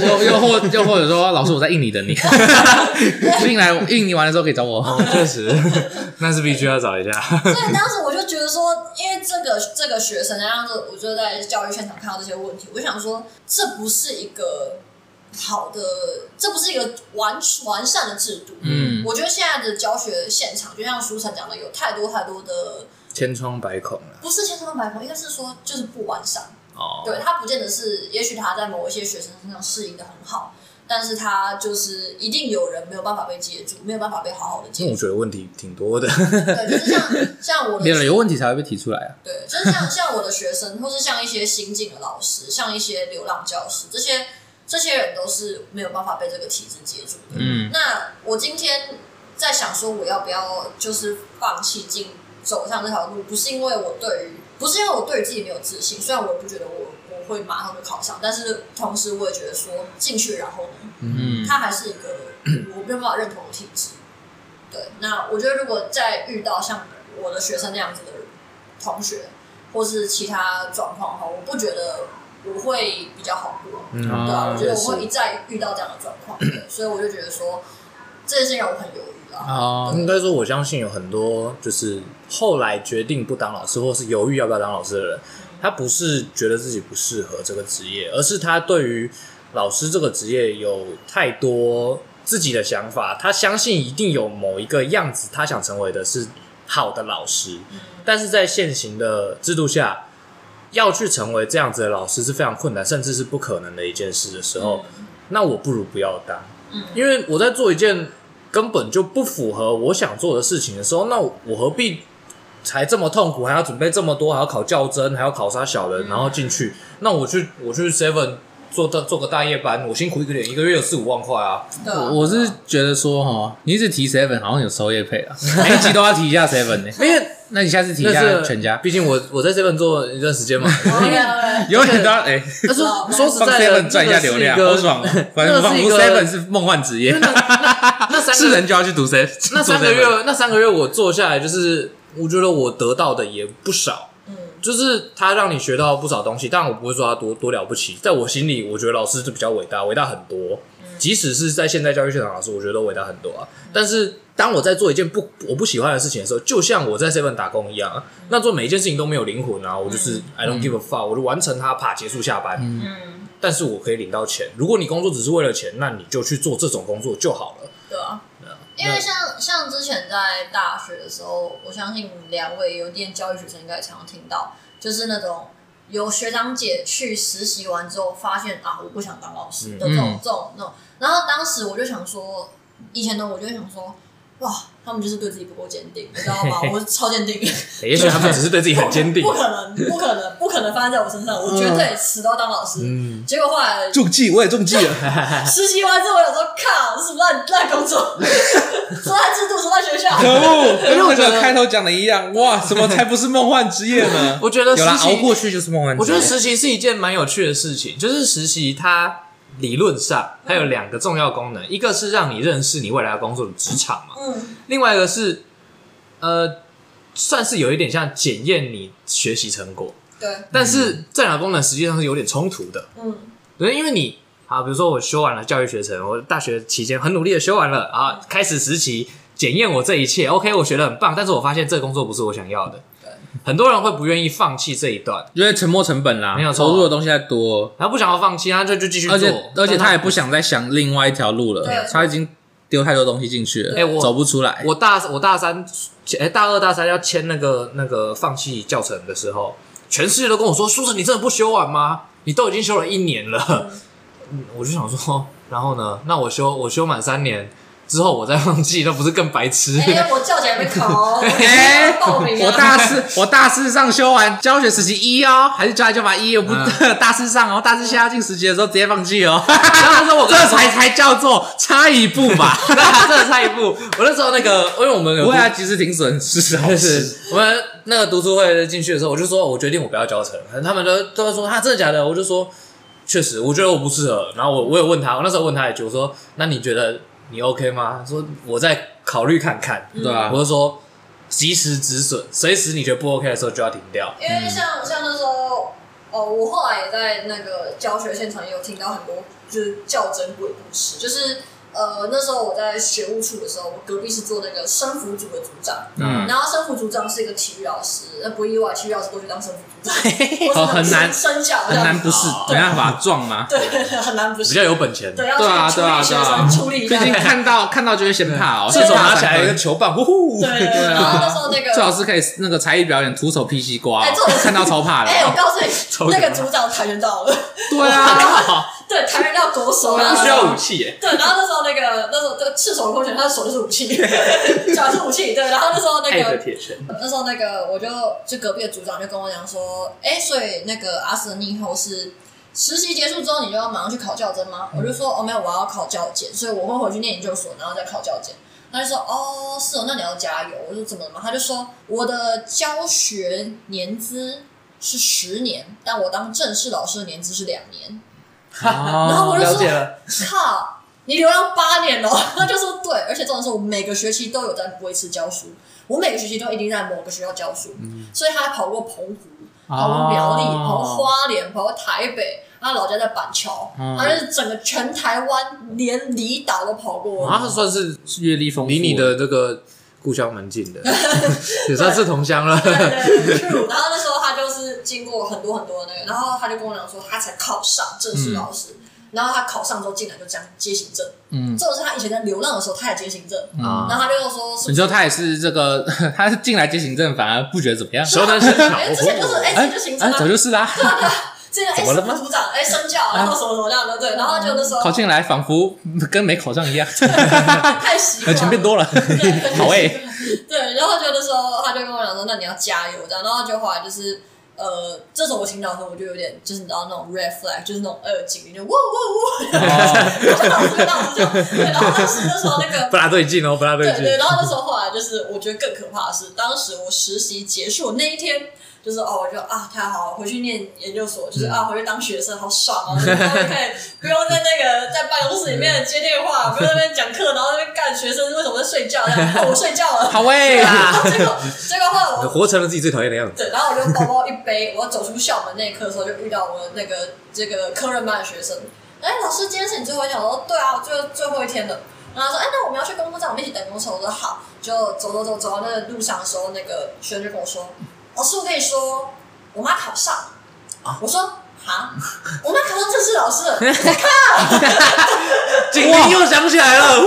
A: 又又或又或者说，老师我在印尼等
C: *laughs*
A: 你，进来印尼玩的时候可以找我。
B: 确实， *laughs* 那是必须要找
C: *laughs*
B: 一下。
C: 所以当时我就觉得说，因为这个这个学生，然后就我就在教育现场看到这些问题，我就想说，这不是一个好的，这不是一个完完善的制度，
A: 嗯，
C: 我觉得现在的教学现场，就像书城讲的，有太多太多的
B: 千疮百孔了。啊
C: 不是千疮百孔，应该是说就是不完善。
B: 哦，
C: 对他不见得是，也许他在某一些学生身上适应的很好，但是他就是一定有人没有办法被接住，没有办法被好好的接
B: 因为我
C: 住。
B: 觉得问题挺多的。
C: 对，就是像像
A: *laughs*
C: 我的
A: 别人嗯有问题才会被提出来啊。
C: 对，就是像像我的学生，或是像一些新进的老师，像一些流浪教师，这些这些人都是没有办法被这个体制接住的。
A: 嗯
C: 那我今天在想说，我要不要就是放弃进走上这条路？不是因为我对于，不是因为我对于自己没有自信，虽然我也不觉得我我会马上就考上，但是同时我也觉得说进去然后呢，
A: 嗯，
C: 它还是一个我没有办法认同的体制。对，那我觉得如果再遇到像我的学生那样子的同学，或是其他状况的话，我不觉得我会比较好过。
B: 嗯
A: 啊
C: 对啊，我觉得我
B: 也
C: 会
B: 是
C: 一再遇到这样的状况，对所以我就觉得说这件事情让我很犹豫啊。
A: 哦，
B: 应该说，我相信有很多就是后来决定不当老师，或是犹豫要不要当老师的人，他不是觉得自己不适合这个职业，而是他对于老师这个职业有太多自己的想法，他相信一定有某一个样子，他想成为的是好的老师，
C: 嗯
B: 但是在现行的制度下，要去成为这样子的老师是非常困难，甚至是不可能的一件事的时候，那我不如不要当，
C: 嗯
B: 因为我在做一件根本就不符合我想做的事情的时候，那我何必才这么痛苦，还要准备这么多，还要考教甄，还要考杀小
A: 嗯
B: 人，然后进去？那我去我去 Seven 做大做个大夜班，我辛苦一个月，一个月有四五万块啊！
C: 对啊，
A: 我我是觉得说哈，你一直提 seven 好像有收业配
B: *laughs*
A: 啊，每一集都要提一下 seven 呢、
B: 因为
A: 那哎你下次提一
B: 那
A: 下
B: 是
A: 全家，
B: 毕竟我我在 Seven 做一段时
A: *laughs*
B: 间嘛。
C: 对对
A: 永远都要哎，
B: 但
A: *laughs*
B: 是
C: 哦
B: 说实
A: 放
B: 在的，
A: seven 赚一下流量，好爽哦！反正
B: 那
A: 仿
B: 是一
A: 佛
B: 个
A: seven 是梦幻职业，
B: 那三
A: 是
B: 个
A: 人就要去读 seven，
B: *laughs* 那三个月，那三个月我做下来，就是我觉得我得到的也不少，
C: 嗯
B: 就是他让你学到不少东西。但我不会说他多多了不起，在我心里，我觉得老师就比较伟大，伟大很多。
C: 嗯
B: 即使是在现代教育现场，老师我觉得都伟大很多啊。但是当我在做一件不我不喜欢的事情的时候，就像我在 Seven 打工一
C: 嗯
B: 样啊，那做每一件事情都没有灵魂啊。我就是、I don't give a fuck，我就完成它，啪，结束下班。
C: 嗯，
B: 但是我可以领到钱。如果你工作只是为了钱，那你就去做这种工作就好
C: *laughs*
B: 了。
C: 对啊。因为像像之前在大学的时候，我相信两位有念教育学生应该也常常听到，就是那种有学长姐去实习完之后，发现啊我不想当老师的这种、
A: 嗯
C: 这种那种。然后当时我就想说，以前呢我就会想说，哇，他们就是对自己不够坚定，你知道吗？我是超坚定。
B: 也许他们只是对自己很坚
C: *laughs*
B: 定
C: 不。可能，不可能，不可能发生在我身上，我绝对迟到当老师。
B: 嗯
C: 结果后来
A: 中计我也中计了，
C: 实习完之后，我想说，靠，这是什么烂烂工作，说烂制度，说烂学
A: *laughs*
C: 校。
A: 可恶！跟我
B: 哦觉得
A: 的开头讲的一样，哇，什么才不是梦幻职业呢？
B: 我觉得
A: 有啦，
B: 实习
A: 熬过去就是梦幻职业。
B: 我觉得实习是一件蛮有趣的事情，就是实习它理论上它有两个重要功能，一个是让你认识你未来要工作的职场嘛，
C: 嗯
B: 另外一个是呃，算是有一点像检验你学习成果，，
C: 对，
B: 但是这两个功能实际上是有点冲突的，
C: 嗯
B: 对，因为你啊，比如说我修完了教育学程，我大学期间很努力的修完了啊，开始实习检验我这一切，OK，我学的很棒，但是我发现这个工作不是我想要的
C: 对。
B: 很多人会不愿意放弃这一段，
A: 因为沉没成本啦，
B: 没有错
A: 投入的东西太多，
B: 他不想要放弃，他就就继续做。
A: 而且而且
B: 但
A: 他也不想再想另外一条路了
C: 对，
A: 他已经丢太多东西进去了，
B: 哎我
A: 走不出来。
B: 我大我大三，哎、大二大三要签那个那个放弃教程的时候，全世界都跟我说：“书生，你真的不修完吗？你都已经修了一年了。嗯” *laughs* 我就想说，然后呢？那我修我修满三年之后，我再放弃，那不是更白痴？
C: 哎，我教材没考，哦
A: 哎、
C: 我报名啊
A: 我大四， *laughs* 我大四上修完教学实习一哦，还是教来教法一，我不、*laughs*
B: 嗯
A: 大四上哦，大四下要进实习的时候直接放弃哦。
B: *laughs* 然后那时候我
A: 这才才叫做差一步吧。
B: *laughs* 那这差一步。我那时候那个，因为我们有
A: *laughs* 不会啊，及时停损是好事。
B: *laughs* 是我们那个读书会进去的时候，我就说我决定我不要教程，他们都都会说啊他真的假的，我就说确实，我觉得我不适合。然后我我有问他，我那时候问他一句，我说那你觉得你 OK 吗？他说我再考虑看看。
A: 对啊
B: 我，就说及时止损，随时你觉得不 OK 的时候就要停掉。
C: 因为像像那时候，哦，我后来也在那个教学现场也有听到很多就是较真鬼故事，就是呃，那时候我在学务处的时候，我隔壁是做那个生辅组的组长，
A: 嗯，
C: 然后生辅组长是一个体育老师，那不意外，体育老师都去当生辅
A: *laughs*
C: 组长，
A: 哦
C: 我
A: 很难
C: 生小
A: 很难不是
B: 哦
A: 没办法撞嘛。
C: 对，很难不
B: 比
C: 是
B: 较有本钱，
C: 对，要
A: 对啊
C: 去
A: 对
C: 处
A: 啊
C: 理学
A: 对啊
C: 生，处理一
A: 最
C: 下。
A: 近看到看到就会先怕哦，
B: 顺手
A: 怕
B: 拿
A: 三
B: 起来一个
A: 分
B: 球棒，呼呼，
C: 对对对，然后那时候那个
A: 最好是可以那个才艺表演徒手劈西瓜哦
C: 哎这种，
A: *laughs* 看到超怕的
C: 哎、我
A: 哦。*laughs*
C: 告诉
B: 超可
C: 你，
B: 怕
C: 那
A: 啊
C: 个组长跆拳道了， *laughs*
A: 对啊，
C: 对，跆拳道国手，然
B: 不
C: 后
B: 需要武器耶，
C: 对，然后那时候那个那时候对赤手空拳，他的手就是武
A: *laughs*
C: 器，脚是武器，对，然后那时候那
B: 爱的
C: 个
B: 铁拳，
C: 那时候那个我就就隔壁的组长就跟我讲说，哎、所以那个阿斯，你以后是实习结束之后你就要马上去考教甄吗？我就说哦没有，我要考教检，所以我会回去念研究所，然后再考教检。他就说哦是哦，那你要加油。我说怎么了嘛？他就说我的教学年资是十年，但我当正式老师的年资是两年。然后我就
B: 了
C: 说
B: 解了，
C: 靠，你流浪八年了、哦 *laughs* 他就说对，而且重点是我每个学期都有在维持教书，我每个学期都一定在某个学校教书，所以他跑过澎湖，跑过苗栗，
A: 哦
C: 跑过花莲，跑过台北，他老家在板桥，
A: 嗯
C: 他就是整个全台湾连离岛都跑过。
A: 啊，算是阅历丰富，
B: 离你的这个故乡蛮近
C: *laughs*
B: 的，也算是同乡了。
C: 对对对 true *laughs* 然后那时候他就是经过很多很多的那个，然后他就跟我讲说，他才考上正式老师，然后他考上之后进来就这样接行政，
A: 嗯，
C: 这种是他以前在流浪的时候他也接行政，
B: 啊
C: 然后他就说是不
A: 你
C: 是
A: 说他也是这个， *laughs* 他是进来接行政，反而不觉得怎么样。
B: 熟能生巧
C: 哎，之前就是哎，
A: 哎
C: 这就行政
A: 哎，
C: 啊
A: 早，就是
C: *laughs*
A: 啦，
C: 这个哎，
B: 怎么
C: 什
B: 了吗
C: 么组长哎，身教，然后什么什么样的
A: 啊
C: 对，然后就那时
A: 考
C: 候
A: 进来仿佛跟没考上一
C: *laughs*
A: 样，哎
C: 太习惯
A: 钱变
C: 了，
A: 多了，
C: 对
A: 好哎，
C: 对，然后就那时候他就跟我讲说，那你要加油这样，然后就后来就是。呃，这时候我听到的时候，我就有点就是你知道那种 red flag，就是那种二警铃，就哇哇 *laughs*
A: 哦
C: 哇，就老师到这样。对，然后当时那时候那个
B: 不大对劲哦，不大对
C: 对
B: 劲。
C: 对，然后那时候后来就是，我觉得更可怕的是，当时我实习结束那一天，就是哦，我就啊太好了，回去念研究所，就是、啊回去当学生，好爽哦、啊，然 *laughs* 后就可以不用在那个在办公室里面接电话，不用在那边讲课，然后在那边干学生为什么在睡觉，然后、哦、我睡觉 *laughs* 了，
A: 好哎啦，
C: 然后结果结果后来我
B: 活成了自己最讨厌的样子。
C: 对，然后我就包包一背，我走出校门那一刻的时候，就遇到我那个这个科任班的学生。哎，老师，今天是你最后一天？我说对啊，最后最后一天了。然后他说，哎，那我们要去公车站，我们一起等公车。我说好，就走走走走到那个路上的时候，那个学生就跟我说，老师，我跟你说，我妈考上。我说哈，我妈考上正式老师了。 *laughs*
B: 警铃又响起来了，呜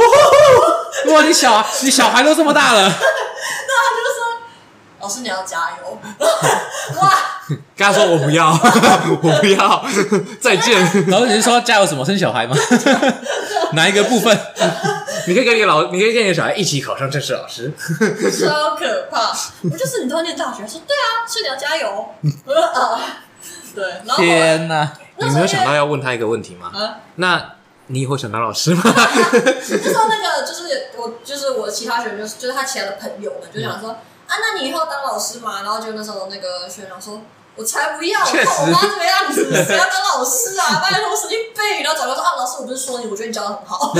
A: 哇，你小你小孩都这么大了，
C: 老师，你要加油！ *laughs* 哇，
B: 跟他说我不要， *laughs* 我不要， *laughs* 再见。
A: *laughs* 然后你是说家有什么生小孩吗？哪一个部分？
B: 你可以跟你的老，你可以跟你的小孩一起考上正式老师。
C: 超可怕！我就是你都要念大学，他说对啊，所以你要加油。 *laughs* 我说啊，对，然后后来
A: 天哪！
C: 那
B: 你
C: 时
B: 没
C: 候
B: 有
C: 因
B: 想到
C: 为
B: 要问他一个问题吗？
C: 啊，
B: 那你以后想当
C: *laughs*
B: 老师吗？
C: 那时候那个就是我，就是我其他学生，就是就是他其他的朋友们，就想
B: 嗯
C: 说、啊，那你以后当老师嘛？然后就那时候那个学长说。我才不要！我
B: 确实
C: 看我妈这个样子，谁要当老师啊？拜托，神经病！然后早就说啊，老师，我不是说你，我觉得你教的很好。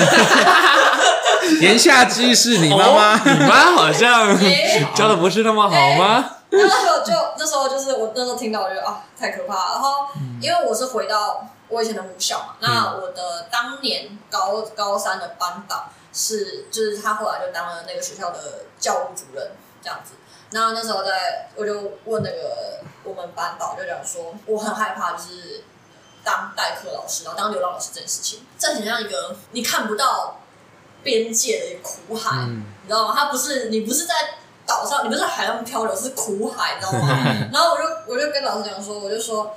A: 言下之意是你妈妈
B: 哦你妈好像
C: 哎
B: 教的不是那么好吗？
C: 然后就就那时候就是我那时候听到，我就觉得啊太可怕了。然后因为我是回到我以前的母校嘛，那我的当年高高三的班导是就是他后来就当了那个学校的教务主任这样子。那那时候在我就问那个我们班导就讲说，我很害怕就是当代课老师，然后当流浪老师这件事情，这很像一个你看不到边界的一个苦海，你知道吗？它不是你不是在岛上，你不是在海上漂流，是苦海，你知道吗？然后我就我就跟老师讲说，我就说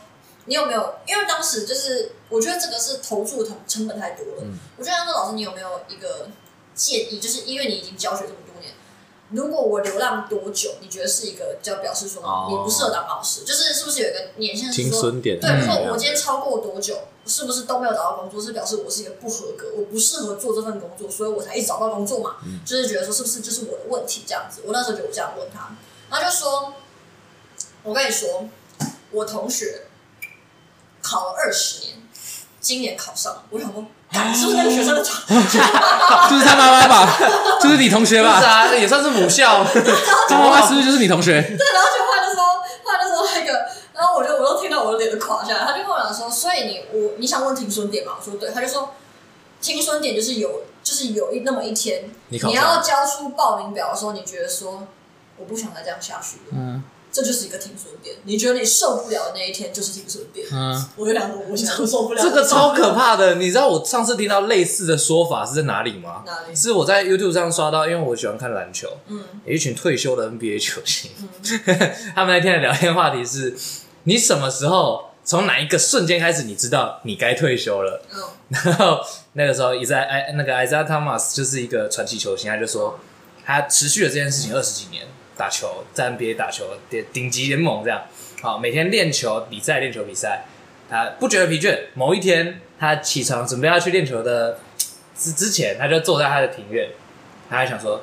C: 你有没有？因为当时就是我觉得这个是投注成成本太多了，我就想说老师，你有没有一个建议？就是因为你已经教学这么多年。如果我流浪多久，你觉得是一个就表示说
B: 哦
C: 你不适合当老师，就是是不是有一个年限是
B: 停
C: 说
B: 损点
C: 对，如
B: 嗯
C: 果我今天超过多久，是不是都没有找到工作，是表示我是一个不合格，我不适合做这份工作，所以我才一直找不到工作嘛。
B: 嗯
C: 就是觉得说是不是就是我的问题这样子？我那时候就这样问他，然后就说，我跟你说，我同学考了二十年，今年考上了，我想说，干是不是那个学生
B: *laughs*
C: 的床？
A: *laughs* 就是他妈妈吧，就是你同学
B: 不
A: 吧，
B: 啊，也算是
C: *laughs*
B: 母校。
A: 他妈妈是不是就是你同学？
C: 对， *laughs* 然后就换的时候，换的时候那个，然后我就我都听到我的脸都垮下来，他就跟我讲说，所以你我你想问停损点嘛？我说对，他就说青春点就是有，就是有一那么一天，
B: 你
C: 你
B: 考上了
C: 要交出报名表的时候，你觉得说我不想再这样下去了，
A: 嗯
C: 这就是一个停损点。你觉得你受不了的那一天就是停损点。
A: 嗯，
C: 我有两个，我想受不了，
B: 这个超可
C: 怕。
B: 怕的。你知道我上次听到类似的说法是在哪里吗？
C: 哪里
B: 是我在 YouTube 上刷到，因为我喜欢看篮球，
C: 嗯
B: 有一群退休的 NBA 球星，
C: 嗯，
B: 他们那天的聊天话题是：你什么时候从哪一个瞬间开始，你知道你该退休了？
C: 嗯，
B: *laughs* 然后那个时候，伊在哎那个艾扎汤马斯就是一个传奇球星，他就说他持续了这件事情二十几年，打球在 NBA 打球，顶顶级联盟这样，好每天练球比赛练球比赛，他不觉得疲倦。某一天他起床准备要去练球的之之前，他就坐在他的庭院，他还想说，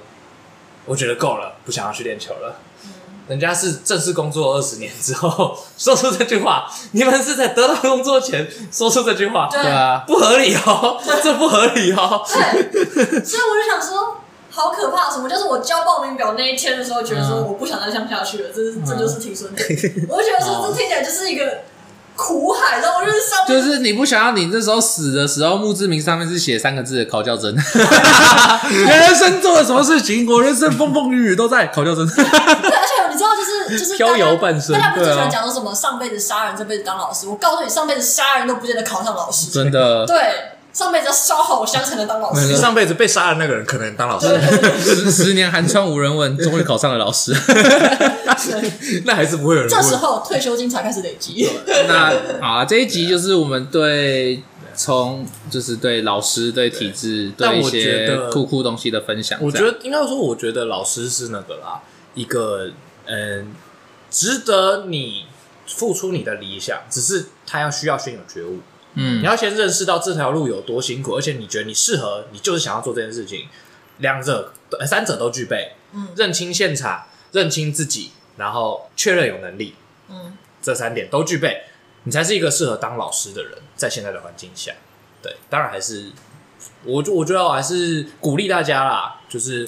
B: 我觉得够了，不想要去练球了。人家是正式工作二十年之后说出这句话，你们是在得到工作前说出这句话，
C: 对
A: 对啊，
B: 不合理哦，这不合理哦。
C: 对，所以我就想说，好可怕！什么叫做我交报名表那一天的时候，觉得说我不想再这样下去了，这是这就是停损点。我就觉得说，这听起来就是一个苦海，然后我就是上
A: 就
C: 面
A: 是你不想要你这时候死的时候，墓志铭上面是写三个字的考教真，人生做了什么事情，我人生风风雨雨都在考教真。
C: 对，而且你知道，就是就是
B: 飘
C: 大家
B: 摇半生
C: 大家不是
A: 对啊
C: 最喜欢讲说什么上辈子杀人，这辈子当老师？我告诉你，上辈子杀人都不见得考上老
A: *laughs*
C: 师，
A: 真的， *laughs*
C: 对，上辈子要烧好香才能当老
A: 没
C: 师
A: 错。
B: 上辈子被杀的那个人可能当老师，
A: 十十年寒窗无人问，终于考上了老师。
B: 那还是不会有人
C: 这时候退休金才开始累积，
A: *laughs* 那好啊，这一集就是我们对从就是对老师、对体制、
B: 但
A: 对一
B: 我觉
A: 些
B: 得
A: 酷酷东西的分享。
B: 我
A: 这
B: 觉
A: 样
B: 得应该说，我觉得老师是那个啦，一个嗯，值得你付出你的理想，只是他要需要先有觉悟。
A: 嗯
B: 你，要先认识到这条路有多辛苦，而且你觉得你适合，你就是想要做这件事情，两者、呃三者都具备。
C: 嗯
B: 认清现场，认清自己，然后确认有能力，
C: 嗯，
B: 这三点都具备，你才是一个适合当老师的人。在现在的环境下，对，当然还是我就我觉得我还是鼓励大家啦，就是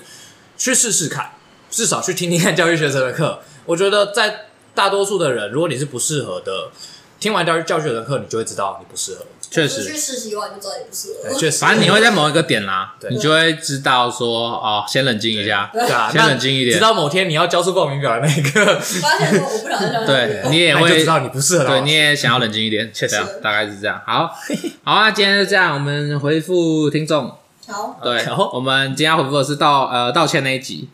B: 去试试看，至少去听听看教育学生的课。我觉得在大多数的人，如果你是不适合的，听完教育教学的课，你就会知道你不适合。
A: 确
C: 只是去
A: 实，
C: 实习完就知道也不是
B: 对
C: 了。
B: 确实，
A: 反正你会在某一个点啦
B: 对，
A: 你就会知道说哦，先冷静一下。 *laughs*
B: 对啊，
A: 先冷静一点
B: 那直到某天你要交出报名表的那一刻，
C: 发现说我不想再这样下去
A: 对
C: 了。
A: 你也
B: 那就
A: 会
B: 知道你不适合当
A: 对，
B: 老
A: 你
B: 师。 *laughs*
A: 也想要冷静一点，确
B: 实
A: 大概是这样。好，好啊，今天就这样，我们回复听众。
C: 好，
A: 对
B: 好，
A: 我们今天要回复的是道呃道歉那一集，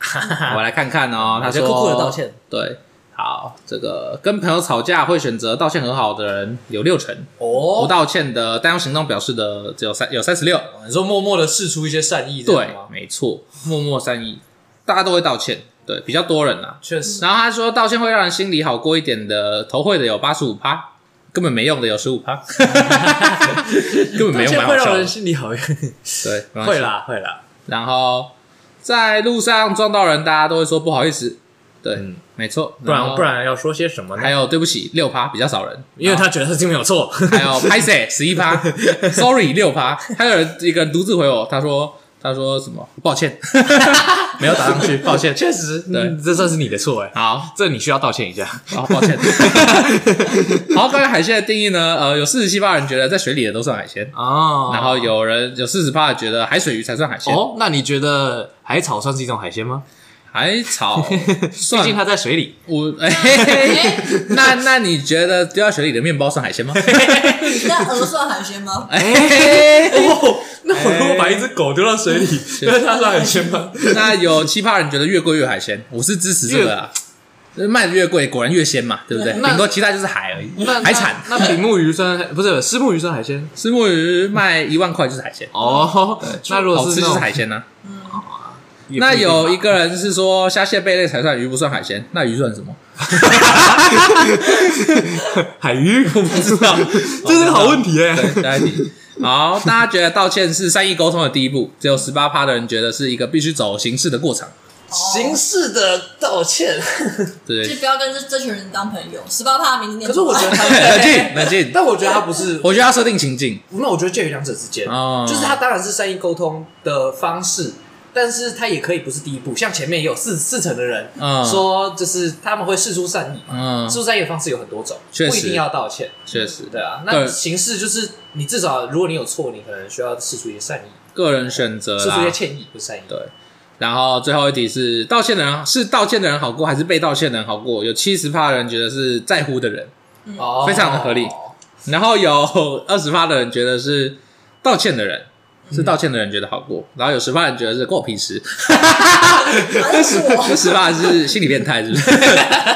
A: 我来看看哦。他
B: 我觉
A: 说
B: 得酷酷的道歉，
A: 对，好，这个跟朋友吵架会选择道歉很好的人有六成，不
B: 哦，
A: 道歉的但用行动表示的只有三有三十六，
B: 你说默默的试出一些善意，这样
A: 对
B: 吗，
A: 没错，默默善意，大家都会道歉，对，比较多人啦。
B: 确实，
A: 然后他说道歉会让人心里好过一点的，头会的有八十五趴，根本没用的有十五趴，
B: *laughs*
A: 根本没
B: 道
A: 用，
B: 歉
A: 蛮好
B: 会
A: 笑
B: 让
A: 的
B: 人心里好一 *laughs* 点。
A: 对，蛮好笑
B: 会
A: 的
B: 啦，会啦，
A: 然后在路上撞到人，大家都会说不好意思，对，
B: 嗯
A: 没错，
B: 不然
A: 后
B: 不然要说些什么
A: 还
B: 呢？
A: 有对不起六趴比较少人，
B: 因为他觉得他自己没有错，
A: 还 *laughs* 有拍谁十一趴，sorry 六趴，还有人一个人独自回我，他说他说什么抱歉， *laughs* 没有打上 *laughs* 去，抱歉，
B: *laughs* 确实，
A: 对
B: 嗯这算是你的错哎，
A: 好。
B: 这你需要道歉一下。
A: 好，抱 *laughs* 歉。好，关于海鲜的定义呢？呃，有四十七八人觉得在水里的都算海鲜，
B: *laughs* 哦
A: 然后有人有四十八觉得海水鱼才算海鲜，
B: 哦，那你觉得海草算是一种海鲜吗？
A: 海草 *laughs*
B: 毕
A: 算
B: 竟它在水里。
A: *laughs* 我哎、嘿嘿嘿那那你觉得丢到水里的面包算海鲜吗？
C: 那鹅算海鲜吗？
A: *laughs* 哎嘿嘿
B: 哦，那我如果把一只狗丢到水里，那它算海鲜吗？
A: *laughs* 那有奇葩人觉得越贵越海鲜，我是支持这个啊。卖的越贵，果然越鲜嘛，对不对？
B: 那
A: 顶多其他就是海而已
B: 那，
A: 海产。
B: *laughs* 那那比目鱼算不是虱目鱼算海鲜？
A: 石目鱼卖一万块就是海鲜，
B: 哦，那如
A: 好
B: 果
A: 吃
B: 是
A: 就是
B: 那种
A: 海，鲜呢、
B: *laughs* 也不
A: 那
B: 定
A: 有
B: 吧
A: 一个人是说虾蟹贝类才算鱼，不算海鲜，那鱼算什
B: *laughs*
A: 么？
B: 海鱼，我不知道， *laughs* 这是个好问题哎。
A: 对，下一题。好，大家觉得道歉是善意沟通的第一步，只有十八趴的人觉得是一个必须走形式的过场。
B: 形式的道
D: *laughs*
B: 歉，
A: 对
C: 就，不要跟这这群人当朋友。十八趴的名字念
B: 可是
C: 出
B: 我
C: 来。
B: 觉得他
D: *laughs*
A: 冷静，
B: *laughs*
A: 冷静。
B: 但我觉得他不是，
A: 我觉得要设定情境，
B: 那我觉得介于两者之间，
A: 哦
B: 就是他当然是善意沟通的方式，
D: 但是他也可以不是第一步，像前面也有四四成的人
A: 嗯
D: 说，就是他们会事出善意嘛，
A: 嗯
D: 事，出善意的方式有很多种，
A: 确实
D: 不一定要道歉，
A: 确实
D: 对啊。
A: 对
D: 那形式就是你至少如果你有错，你可能需要事出一些善意，
A: 个人选择
D: 事出
A: 啦
D: 一些。歉意，不是善意。
A: 啊对然后最后一题是道歉的人是道歉的人好过还是被道歉的人好过？有七十趴的人觉得是在乎的人，
D: 哦，
A: 非常的合理然后有 *laughs* 二十趴的人觉得是道歉的人。是道歉的人觉得好过，然后有十趴人觉得是过平 *laughs* 时，
C: 好像是我，
A: 十趴是心理变态，是 *laughs* 不是？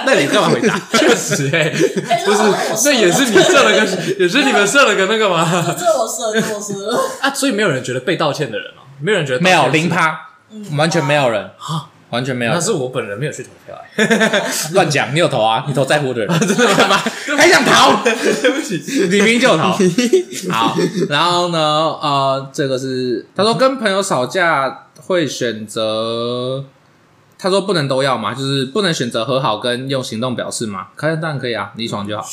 A: 那你干嘛回答？
B: 确实哎、
C: 哎
B: 不是，那也是你设了个，也是你们设了个那个吗？
C: 这我射，这我射，
B: 啊，所以没有人觉得被道歉的人哦，没有人觉得
A: 没有
B: 道歉是
A: 零，趴，
C: 嗯
A: 完全没有人
B: 啊，
A: 完全没有
B: 那
A: 人。
B: 是我本人没有去投票哎、
A: 乱讲，你有投啊？你投在乎的
B: *laughs*
A: 人，真的吗？ *laughs* 还想逃？
B: 对不起，
A: 你明明就
B: *laughs*
A: 逃。好，然后呢？呃，这个是他说跟朋友吵架会选择，他说不能都要嘛，就是不能选择和好跟用行动表示嘛。可以，当然可以啊，你爽就好。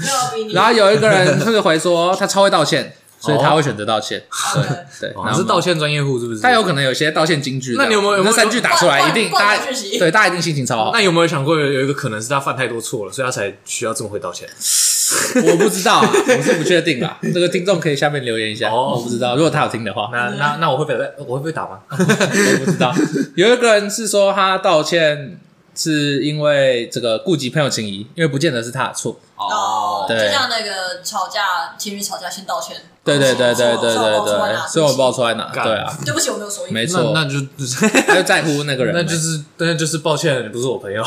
C: 没有比你。
A: 然后有一个人就是回说他超会道歉，所以他会选择道歉。
C: OK
A: 对，然后
B: 你哦是道歉专业户是不是？
A: 他有可能有些道歉金句的，
B: 那你有没有有
A: 那
B: 没有
A: 三句打出来，
C: 灌
A: 一定
C: 灌
A: 大家
C: 灌进去
A: 对大家一定心情超好
B: 那。有没有想过有有一个可能是他犯太多错了，所以他才需要这么会道歉？
A: 我不知道、啊，我是不确定啦。这个听众可以下面留言一下，
B: 哦
A: 我不知道，如果他有听的话，
B: 那那那我会被我会被打吗？
A: 我不知道。有一个人是说他道歉是因为这个顾及朋友情谊，因为不见得是他的错。
C: 哦，就
A: 对
C: 像那个吵架，情侣吵架先道歉，
A: 对对对对对对对，所以我不知道
C: 抱
A: 出来哪。
B: 干
A: 对啊，
C: 对不起，我没有收音。
A: 没
B: 那
A: 错，
B: 那就 *laughs*
A: 他就在乎那个人嘛，
B: 那就是那就是抱歉，你不是我朋友，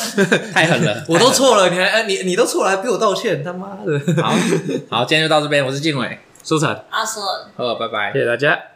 B: *laughs*
A: 太狠了，
B: 我都
A: 太
B: 错了，你还哎你你都错了，还逼我道歉，他妈的！
A: 狠了。好，好，今天就到这边，我是静伟，
B: 收场，
C: 阿瑟，
A: 好，拜拜。
B: 谢谢大家。